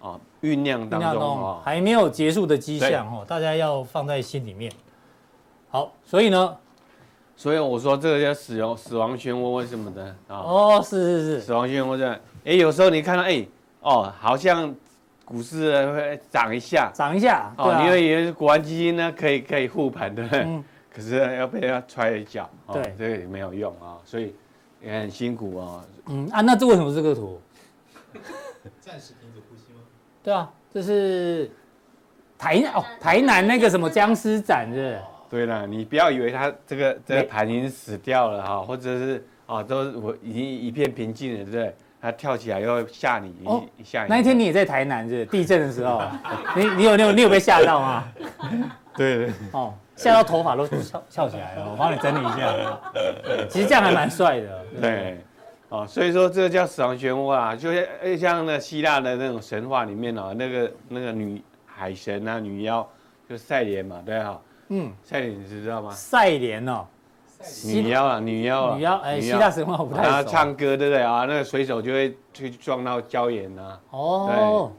Speaker 3: 哦酝酿
Speaker 2: 酝
Speaker 3: 当
Speaker 2: 酿
Speaker 3: 中
Speaker 2: 中
Speaker 3: 哦。
Speaker 2: 还没有结束的迹象哦，大家要放在心里面。好，所以呢，
Speaker 3: 所以我说这个叫死亡死亡漩涡为什么呢？啊、
Speaker 2: 哦，是是是，
Speaker 3: 死亡漩涡这样，哎，有时候你看到哎哦，好像股市呢会涨一下
Speaker 2: 涨一下，对
Speaker 3: 哦，
Speaker 2: 啊
Speaker 3: 你会以为国安基金呢可以可以护盘的，对不对
Speaker 2: 嗯
Speaker 3: 可是呢要被他踹一脚，哦
Speaker 2: 对
Speaker 3: 这个也没有用啊，所以也很辛苦啊。
Speaker 2: 嗯啊，那这为什么是这个图？
Speaker 5: 暂时停止呼吸吗？
Speaker 2: 对啊，这是台南哦，台南那个什么僵尸展是
Speaker 3: 对了，你不要以为他这个这个
Speaker 2: 没
Speaker 3: 盘已经死掉了哦哈，或者是啊都是我已经一片平静了，对不对？他跳起来又吓你
Speaker 2: 哦
Speaker 3: 一吓你。
Speaker 2: 那一天你也在台南是地震的时候，你你有你有你有被吓到吗？
Speaker 3: 对对
Speaker 2: 哦，吓到头发都翘翘起来了，我帮你整理一下。其实这样还蛮帅的，
Speaker 3: 对，哦，所以说这个叫死亡漩涡啊，就像像那希腊的那种神话里面哦，那个那个女海神啊、女妖，就赛莲嘛，对哈、
Speaker 2: 嗯，
Speaker 3: 赛莲你知道吗？
Speaker 2: 赛莲哦，
Speaker 3: 女妖啊，女妖啊，
Speaker 2: 女妖，哎，希腊神话我不
Speaker 3: 然
Speaker 2: 太
Speaker 3: 后
Speaker 2: 熟。
Speaker 3: 唱歌对不对啊？那个水手就会去撞到礁岩啊，
Speaker 2: 哦，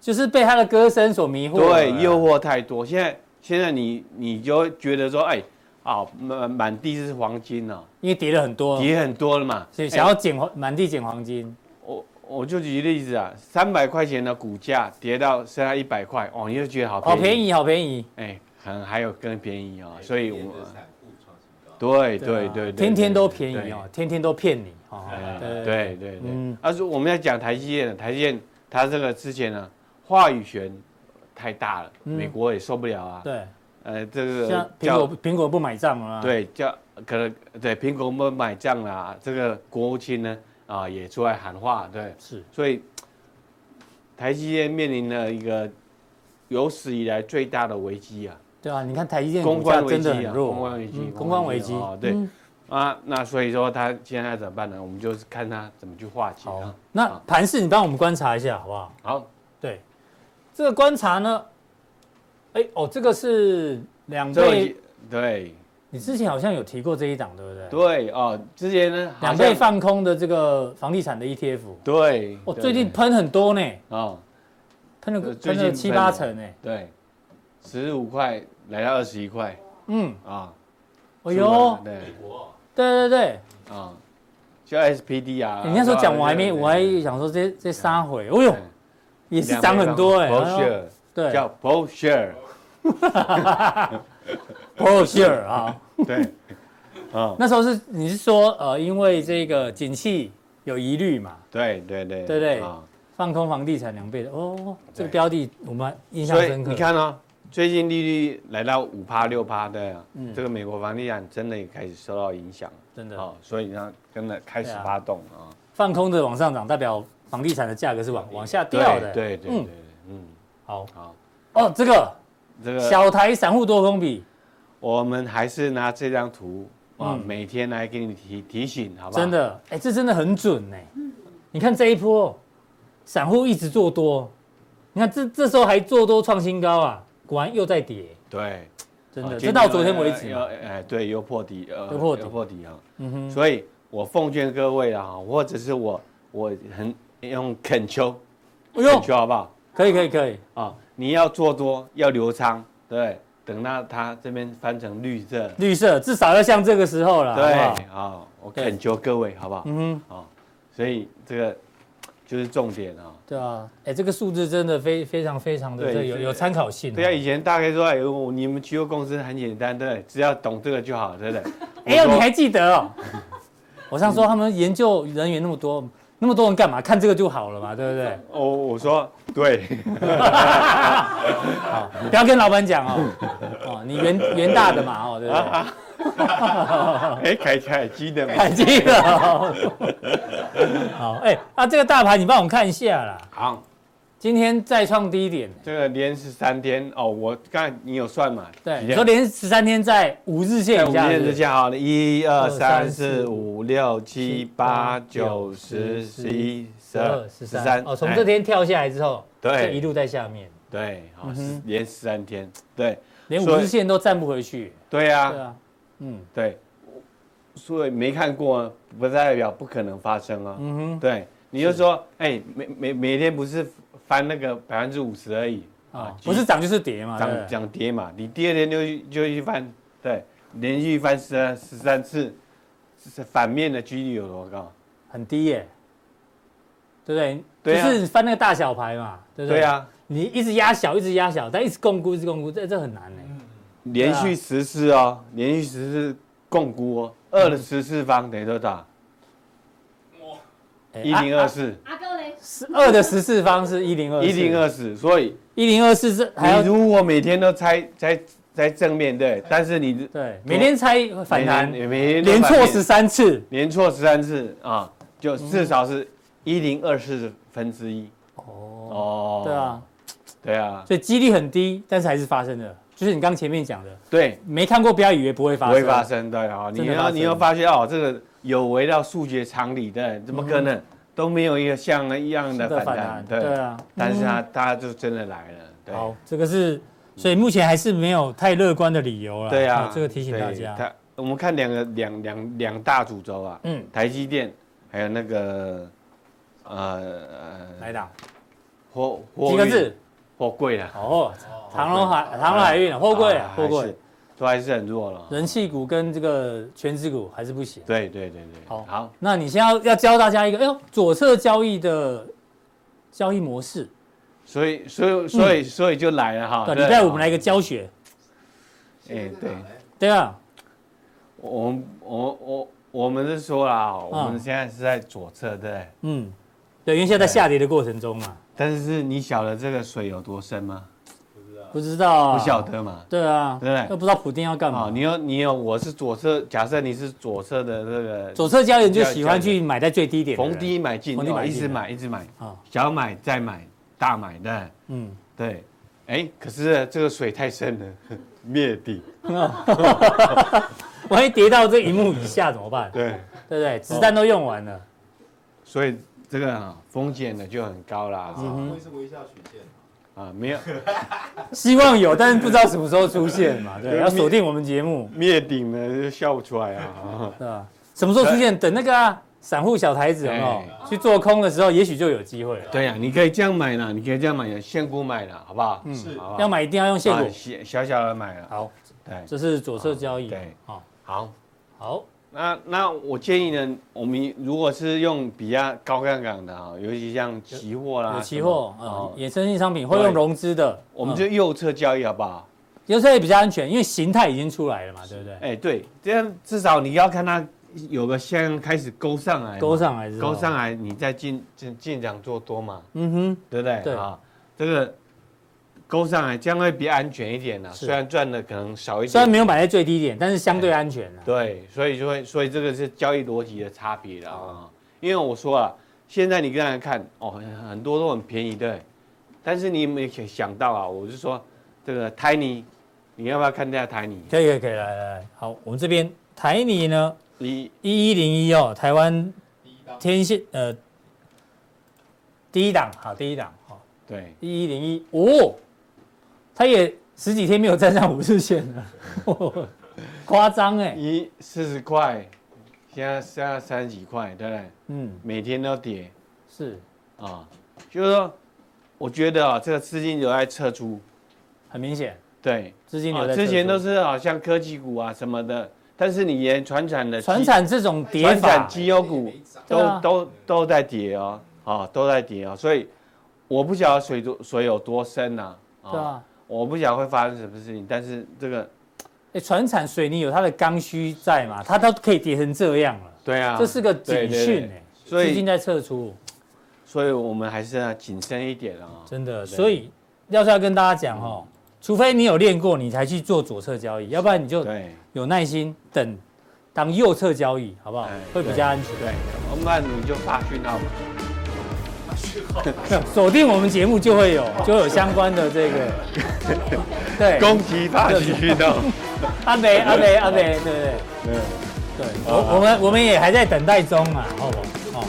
Speaker 2: 就是被他的歌声所迷惑了，
Speaker 3: 对，诱惑太多。现在现在你你就会觉得说，哎，啊，满满地是黄金啊，
Speaker 2: 因为跌了很多，
Speaker 3: 也很多了嘛。
Speaker 2: 所以
Speaker 3: 哎
Speaker 2: 嗯想要捡黄，满地捡黄金，
Speaker 3: 我我就举例子啊，三百块钱的股价跌到剩下一百块，哦，你就觉得好
Speaker 2: 好
Speaker 3: 便宜，
Speaker 2: 便宜，好便宜。
Speaker 3: 哎，可能还有更便宜啊、哦，所以我们
Speaker 5: 散户创新高。
Speaker 3: 对对对
Speaker 2: 啊
Speaker 3: 对，对
Speaker 2: 天天都便宜哦
Speaker 3: 对，啊
Speaker 2: 天天都骗你哦。
Speaker 3: 对对对
Speaker 2: 嗯
Speaker 3: 对。而且我们要讲台积电的，台积电它这个之前呢，话语权太大了，
Speaker 2: 嗯
Speaker 3: 美国也受不了啊。
Speaker 2: 对，
Speaker 3: 呃，这
Speaker 2: 像
Speaker 3: 个
Speaker 2: 苹
Speaker 3: 叫
Speaker 2: 果苹果不买账了啊，
Speaker 3: 对叫可能对苹果们买账啦，这个国务卿呢啊也出来喊话，对，
Speaker 2: 是
Speaker 3: 所以台积电面临了一个有史以来最大的危机啊，
Speaker 2: 对啊，你看台积电
Speaker 3: 公
Speaker 2: 股价
Speaker 3: 关危
Speaker 2: 真
Speaker 3: 机
Speaker 2: 的很
Speaker 3: 啊，
Speaker 2: 弱，
Speaker 3: 公关危机
Speaker 2: 嗯，公关危机
Speaker 3: 啊，对。
Speaker 2: 嗯
Speaker 3: 啊，那所以说他现在怎么办呢？我们就是看他怎么去化解
Speaker 2: 好
Speaker 3: 啊。，
Speaker 2: 那
Speaker 3: 好
Speaker 2: 盘势你帮我们观察一下好不好？
Speaker 3: 好，
Speaker 2: 对，这个观察呢，哎哦，这个是两
Speaker 3: 这个
Speaker 2: 倍
Speaker 3: 也，对
Speaker 2: 你之前好像有提过这一档，对不对？
Speaker 3: 对哦，之前呢好
Speaker 2: 两
Speaker 3: 像
Speaker 2: 倍放空的这个房地产的 ETF，
Speaker 3: 对，
Speaker 2: 哦，
Speaker 3: 对
Speaker 2: 最近喷很多呢，
Speaker 3: 哦
Speaker 2: 喷了
Speaker 3: 呃
Speaker 2: 喷
Speaker 3: 最
Speaker 2: 了
Speaker 3: 近
Speaker 2: 七
Speaker 3: 喷
Speaker 2: 八
Speaker 3: 了
Speaker 2: 成呢。
Speaker 3: 对，十五块来到二十一块
Speaker 2: 嗯，
Speaker 3: 啊，
Speaker 2: 哎
Speaker 3: 出了
Speaker 2: 呦，
Speaker 3: 对
Speaker 5: 美国
Speaker 2: 对对对，
Speaker 3: 啊，就 SPD 啊，
Speaker 2: 你那时候讲我还没，
Speaker 3: 对对啊
Speaker 2: 我还想说这这杀回，哎呦
Speaker 3: 对，
Speaker 2: 也是涨很多哎
Speaker 3: 两倍放空 Bullshit，
Speaker 2: 对
Speaker 3: 叫 Bullshit，
Speaker 2: ，Bullshit 啊， [laughs]
Speaker 3: 对，啊，
Speaker 2: 那时候是你是说呃，因为这个景气有疑虑嘛，
Speaker 3: 对对对
Speaker 2: 对对
Speaker 3: 啊
Speaker 2: 放空房地产两倍的哦，这个
Speaker 3: 对
Speaker 2: 标的我们印象
Speaker 3: 所以
Speaker 2: 深刻。
Speaker 3: 你，看哦，最近利率来到五趴六趴对啊，
Speaker 2: 嗯
Speaker 3: 这个美国房地产真的也开始受到影响，
Speaker 2: 真的
Speaker 3: 哦，所以呢，真的开始
Speaker 2: 对啊
Speaker 3: 发动啊，
Speaker 2: 放空的往上涨，代表房地产的价格是往往下
Speaker 3: 对
Speaker 2: 掉的。
Speaker 3: 对对对
Speaker 2: 嗯
Speaker 3: 对，嗯，
Speaker 2: 好
Speaker 3: 好，
Speaker 2: 哦，这个
Speaker 3: 这个
Speaker 2: 小台散户多空比
Speaker 3: 我们还是拿这张图啊，
Speaker 2: 嗯
Speaker 3: 每天来给你提提醒，好不好？
Speaker 2: 真，的，哎，这真的很准哎。你看这一波，散户一直做多，你看这这时候还做多创新高啊，果然又在跌，
Speaker 3: 对，
Speaker 2: 真
Speaker 3: 啊
Speaker 2: 的，
Speaker 3: 今
Speaker 2: 这到昨天为
Speaker 3: 呃
Speaker 2: 止
Speaker 3: 要
Speaker 2: 嘛。
Speaker 3: 哎，对，又破底，呃
Speaker 2: 又破底
Speaker 3: 又破底啊，
Speaker 2: 嗯哼，
Speaker 3: 所以我奉劝各位啊，或者是我我很用恳求，
Speaker 2: 哎
Speaker 3: 恳
Speaker 2: 呦，
Speaker 3: 求好不好？
Speaker 2: 可以可以可以，
Speaker 3: 啊、你要做多，要留仓，对不对，等到它这边翻成绿色，
Speaker 2: 绿色至少要像这个时候了，
Speaker 3: 对
Speaker 2: 好
Speaker 3: 啊
Speaker 2: 不好、
Speaker 3: 我
Speaker 2: 对
Speaker 3: 恳求各位，好不好？啊、
Speaker 2: 嗯哼，
Speaker 3: 所以这个就是重点啊、
Speaker 2: 对啊，哎，这个数字真的非非常非常的
Speaker 3: 对
Speaker 2: 这个有
Speaker 3: 是
Speaker 2: 有参考性哦。
Speaker 3: 对啊，以前大概说，哎，我你们期货公司很简单，对不对？只要懂这个就好，对不对？
Speaker 2: [laughs] 哎呦，
Speaker 3: 我说
Speaker 2: 你还记得
Speaker 3: [laughs]
Speaker 2: 哦？我上说他们研究人员那么多，那么多人干嘛？看这个就好了嘛，对不对？
Speaker 3: 哦，我说对， [laughs]
Speaker 2: 好，不要跟老板讲
Speaker 3: [laughs]
Speaker 2: 哦。哦，你元元大的嘛，哦，对不对？
Speaker 3: [laughs] 哎，凯凯记得吗？
Speaker 2: 还记得哦。好，哎，啊，这个大盘你帮我们看一下啦。
Speaker 3: 好，
Speaker 2: 今天再创低点，
Speaker 3: 这个连十三天哦，我刚才你有算嘛？
Speaker 2: 对，
Speaker 3: 几
Speaker 2: 你
Speaker 3: 天哎
Speaker 2: 说连十三天在五日线以
Speaker 3: 在五
Speaker 2: 下是
Speaker 3: 天
Speaker 2: 不
Speaker 3: 之
Speaker 2: 是，
Speaker 3: 下好了，一二
Speaker 2: 三
Speaker 3: 三
Speaker 2: 四
Speaker 3: 四五六七八
Speaker 2: 九
Speaker 3: 九
Speaker 2: 十
Speaker 3: 十
Speaker 2: 十
Speaker 3: 十
Speaker 2: 一
Speaker 3: 一
Speaker 2: 十
Speaker 3: 十哎
Speaker 2: 二
Speaker 3: 二
Speaker 2: 十三，哦，从这
Speaker 3: 天
Speaker 2: 天跳下来之后，
Speaker 3: 对
Speaker 2: 就一路在下面，
Speaker 3: 对，好
Speaker 2: 嗯哼
Speaker 3: 十连十三天，对
Speaker 2: 连五
Speaker 3: 所以
Speaker 2: 日线都站不回去。
Speaker 3: 对
Speaker 2: 对
Speaker 3: 啊，
Speaker 2: 啊，嗯
Speaker 3: 对，所以没看过啊不代表不可能发生啊。
Speaker 2: 嗯哼。
Speaker 3: 对，你就说，哎，每每每天不是翻那个百分之五十而已
Speaker 2: 啊
Speaker 3: 啊，，
Speaker 2: 不是涨就是跌嘛，对不
Speaker 3: 涨
Speaker 2: 对
Speaker 3: 涨跌嘛，你第二天就去就去翻，对，连续翻十二十三次，是反面的几率有多高？
Speaker 2: 很低耶，对不对？
Speaker 3: 对啊
Speaker 2: 就是翻那个大小牌嘛，对不对？
Speaker 3: 对，啊。
Speaker 2: 你一直压小，一直压小，但一直共估，一直共估，这这很难呢。欸
Speaker 3: 嗯连续十次哦，
Speaker 2: 啊
Speaker 3: 连续十次共估哦，二的十次方等于多少？
Speaker 5: 哇，
Speaker 2: 哎
Speaker 3: 一零二四，
Speaker 6: 阿哥嘞，
Speaker 2: 十二的十次方是一零啊二，
Speaker 3: 一零二四。所以
Speaker 2: 一零二四是还
Speaker 3: 你
Speaker 2: 要
Speaker 3: 如果每天都猜猜猜正面对，但是你
Speaker 2: 对，每天猜反弹，
Speaker 3: 每天每天都
Speaker 2: 连
Speaker 3: 反
Speaker 2: 错
Speaker 3: 面
Speaker 2: 十三次，
Speaker 3: 连错十三次啊，就至少是一零二四分之一。
Speaker 2: 哦，
Speaker 3: 哦，
Speaker 2: 对啊，，
Speaker 3: 对啊，
Speaker 2: 所以几率很低，但是还是发生的，就是你刚前面讲的，
Speaker 3: 对，
Speaker 2: 没看过不要以为不会
Speaker 3: 不
Speaker 2: 发生，
Speaker 3: 会发生对啊。
Speaker 2: 真
Speaker 3: 你
Speaker 2: 的发
Speaker 3: 要
Speaker 2: 生
Speaker 3: 你要发现哦，这个有违到数学常理的，怎么可能都没有一个像一样的
Speaker 2: 嗯的
Speaker 3: 反
Speaker 2: 反
Speaker 3: 弹？
Speaker 2: 弹，对啊，
Speaker 3: 但是他他就真的来了，对
Speaker 2: 好，这个是，所以目前还是没有太乐观的理由了。
Speaker 3: 对
Speaker 2: 好
Speaker 3: 啊，
Speaker 2: 这个提醒大
Speaker 3: 对
Speaker 2: 家。
Speaker 3: 它我们看两个两两两大主轴啊，
Speaker 2: 嗯，
Speaker 3: 台积电还有那个呃
Speaker 2: 来打
Speaker 3: 货货
Speaker 2: 几个
Speaker 3: 运
Speaker 2: 字？
Speaker 3: 货柜啊，
Speaker 2: 哦，长隆海、长隆海运、货柜啊、
Speaker 3: 啊
Speaker 2: 货，
Speaker 3: 还
Speaker 2: 柜
Speaker 3: 是，都还是很弱了。
Speaker 2: 人气股跟这个全指股还是不行。
Speaker 3: 对对对对，
Speaker 2: 好
Speaker 3: 好，
Speaker 2: 那你现在要要教大家一个，哎呦，左侧交易的交易模式。
Speaker 3: 所以所以所以所以就来了哈。
Speaker 2: 嗯对，
Speaker 3: 啊对
Speaker 2: 礼拜五我们来一个教学，
Speaker 3: 哎对，
Speaker 2: 对啊，
Speaker 3: 我们我我我们是说啦，我们现在是在左侧，对不对。
Speaker 2: 嗯，对，因为现在在下跌的过程中嘛，
Speaker 3: 但是你晓得这个水有多深吗？
Speaker 2: 不知道啊嗯
Speaker 3: 不晓，得嘛。
Speaker 2: 对啊，
Speaker 3: 对不啊对
Speaker 2: 又不知道普丁要干
Speaker 3: 好，
Speaker 2: 嘛。
Speaker 3: 你有你有，我是左侧，假设你是左侧的这个
Speaker 2: 左侧交易人就喜欢去买在最低点的人，
Speaker 3: 逢低买进，
Speaker 2: 逢低买
Speaker 3: 哦
Speaker 2: 进
Speaker 3: 一直买一直买
Speaker 2: 好，
Speaker 3: 小买再买，大买的，
Speaker 2: 嗯，
Speaker 3: 对。哎，可是这个水太深了， [laughs] 灭顶。
Speaker 2: 万一跌到这一幕以下怎么办？对
Speaker 3: 对，
Speaker 2: 不对？子弹都用完了，
Speaker 3: 所以这个啊风险呢就很高啦。啊
Speaker 5: 会是微笑曲线，
Speaker 3: 啊，没有
Speaker 2: 希望有，但是不知道什么时候出现嘛，对，要锁定我们节目，
Speaker 3: 灭顶呢就笑不出来啊 [laughs] 啊。
Speaker 2: 对吧？什么时候出现？等那个啊，散户小台子有没有
Speaker 3: 哎
Speaker 2: 去做空的时候，也许就有机会了。
Speaker 3: 对呀、你可以这样买啦，你可以这样买，现股买啦，好不好？嗯，
Speaker 5: 是
Speaker 3: 好不好
Speaker 2: 要买一定要用现
Speaker 3: 啊
Speaker 2: 股。
Speaker 3: 小小小的买了。
Speaker 2: 好，
Speaker 3: 对，
Speaker 2: 这是左侧交易。
Speaker 3: 啊对，
Speaker 2: 好，
Speaker 3: 好。
Speaker 2: 好，
Speaker 3: 那那我建议呢，我们如果是用比较高杠杆的啊，尤其像期货啦，
Speaker 2: 有期货
Speaker 3: 什
Speaker 2: 啊
Speaker 3: 么哦，
Speaker 2: 衍生性商品会用
Speaker 3: 对
Speaker 2: 融资的，
Speaker 3: 我们
Speaker 2: 嗯
Speaker 3: 就右侧交易好不好？
Speaker 2: 有时候也比较安全，因为形态已经出来了嘛，对不对？
Speaker 3: 哎、对，这样至少你要看它有个先开始勾上来嘛，
Speaker 2: 勾上来之后，
Speaker 3: 勾上，来，你再进进进场做多嘛，
Speaker 2: 嗯哼，
Speaker 3: 对不对？
Speaker 2: 对
Speaker 3: 啊，这个勾上来，这样会比较安全一点啦。啊
Speaker 2: 是
Speaker 3: 虽然赚的可能少一点，
Speaker 2: 虽然没有买在最低点，但是相对安全啊了。
Speaker 3: 对，所以就会，所以这个是交易逻辑的差别了啊。因为我说了，现在你刚才看哦，很多都很便宜对，但是你有没有想到啊？我是说这个 Tiny，你要不要看一下 Tiny？
Speaker 2: 可以可以可以，来来来，好，我们这边台泥呢
Speaker 3: 一
Speaker 2: 一一零一哦，台湾
Speaker 5: 第一档
Speaker 2: 天线呃第一档，好第一档，好
Speaker 3: 对，
Speaker 2: 一一零一哦，它也十几天没有站上五日线了， [laughs] 哦夸张哎，
Speaker 3: 一四十块，现在现在三十几块，对不对？
Speaker 2: 嗯
Speaker 3: 每天都跌
Speaker 2: 是
Speaker 3: 啊，就是说，我觉得啊，这个资金流在撤出，
Speaker 2: 很明显，
Speaker 3: 对，
Speaker 2: 资金流
Speaker 3: 啊
Speaker 2: 在
Speaker 3: 之前
Speaker 2: 撤
Speaker 3: 都
Speaker 2: 出
Speaker 3: 是好像科技股啊什么的，但是你连船产的
Speaker 2: 船
Speaker 3: 基
Speaker 2: 产这种跌
Speaker 3: 呃船
Speaker 2: 法
Speaker 3: 产，绩优
Speaker 5: 哎
Speaker 3: 股
Speaker 2: 对啊
Speaker 3: 都都都在跌哦，啊，都在跌哦，所以我不晓得水多水有多深呐、啊，
Speaker 2: 对啊，
Speaker 3: 我不晓得会发生什么事情，但是这个
Speaker 2: 哎，船产水泥有它的刚需在嘛，它都可以跌成这样了，
Speaker 3: 对啊，
Speaker 2: 这是个
Speaker 3: 对
Speaker 2: 警
Speaker 3: 对
Speaker 2: 讯
Speaker 3: 对
Speaker 2: 哎，
Speaker 3: 所
Speaker 2: 资金
Speaker 3: 以
Speaker 2: 在撤出，
Speaker 3: 所以我们还是要谨慎一点啊、
Speaker 2: 真的，
Speaker 3: 对嗯
Speaker 2: 所以要是要跟大家讲哦，除非你有练过，你才去做左侧交易，要不然你就
Speaker 3: 对
Speaker 2: 有耐心等当右侧交易，好不好
Speaker 3: 哎？
Speaker 2: 会比较安全。
Speaker 3: 对，我们那你就发讯号吧。
Speaker 2: 锁定我们节目就会有就有相关的这个，对，
Speaker 3: 恭喜发起
Speaker 2: [laughs]
Speaker 3: 运动，
Speaker 2: 阿北阿北阿北，对不对？
Speaker 3: 对，
Speaker 2: 对，我我们我们也还在等待中啊，好不好？哦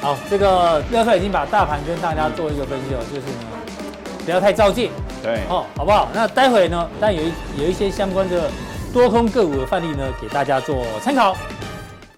Speaker 3: 好，
Speaker 2: 好，这个廖帅已经把大盘跟大家做一个分析了，就是呢，不要太照进
Speaker 3: 对，
Speaker 2: 哦，好不好？那待会呢，但有一有一些相关的多空个股的范例呢，给大家做参考。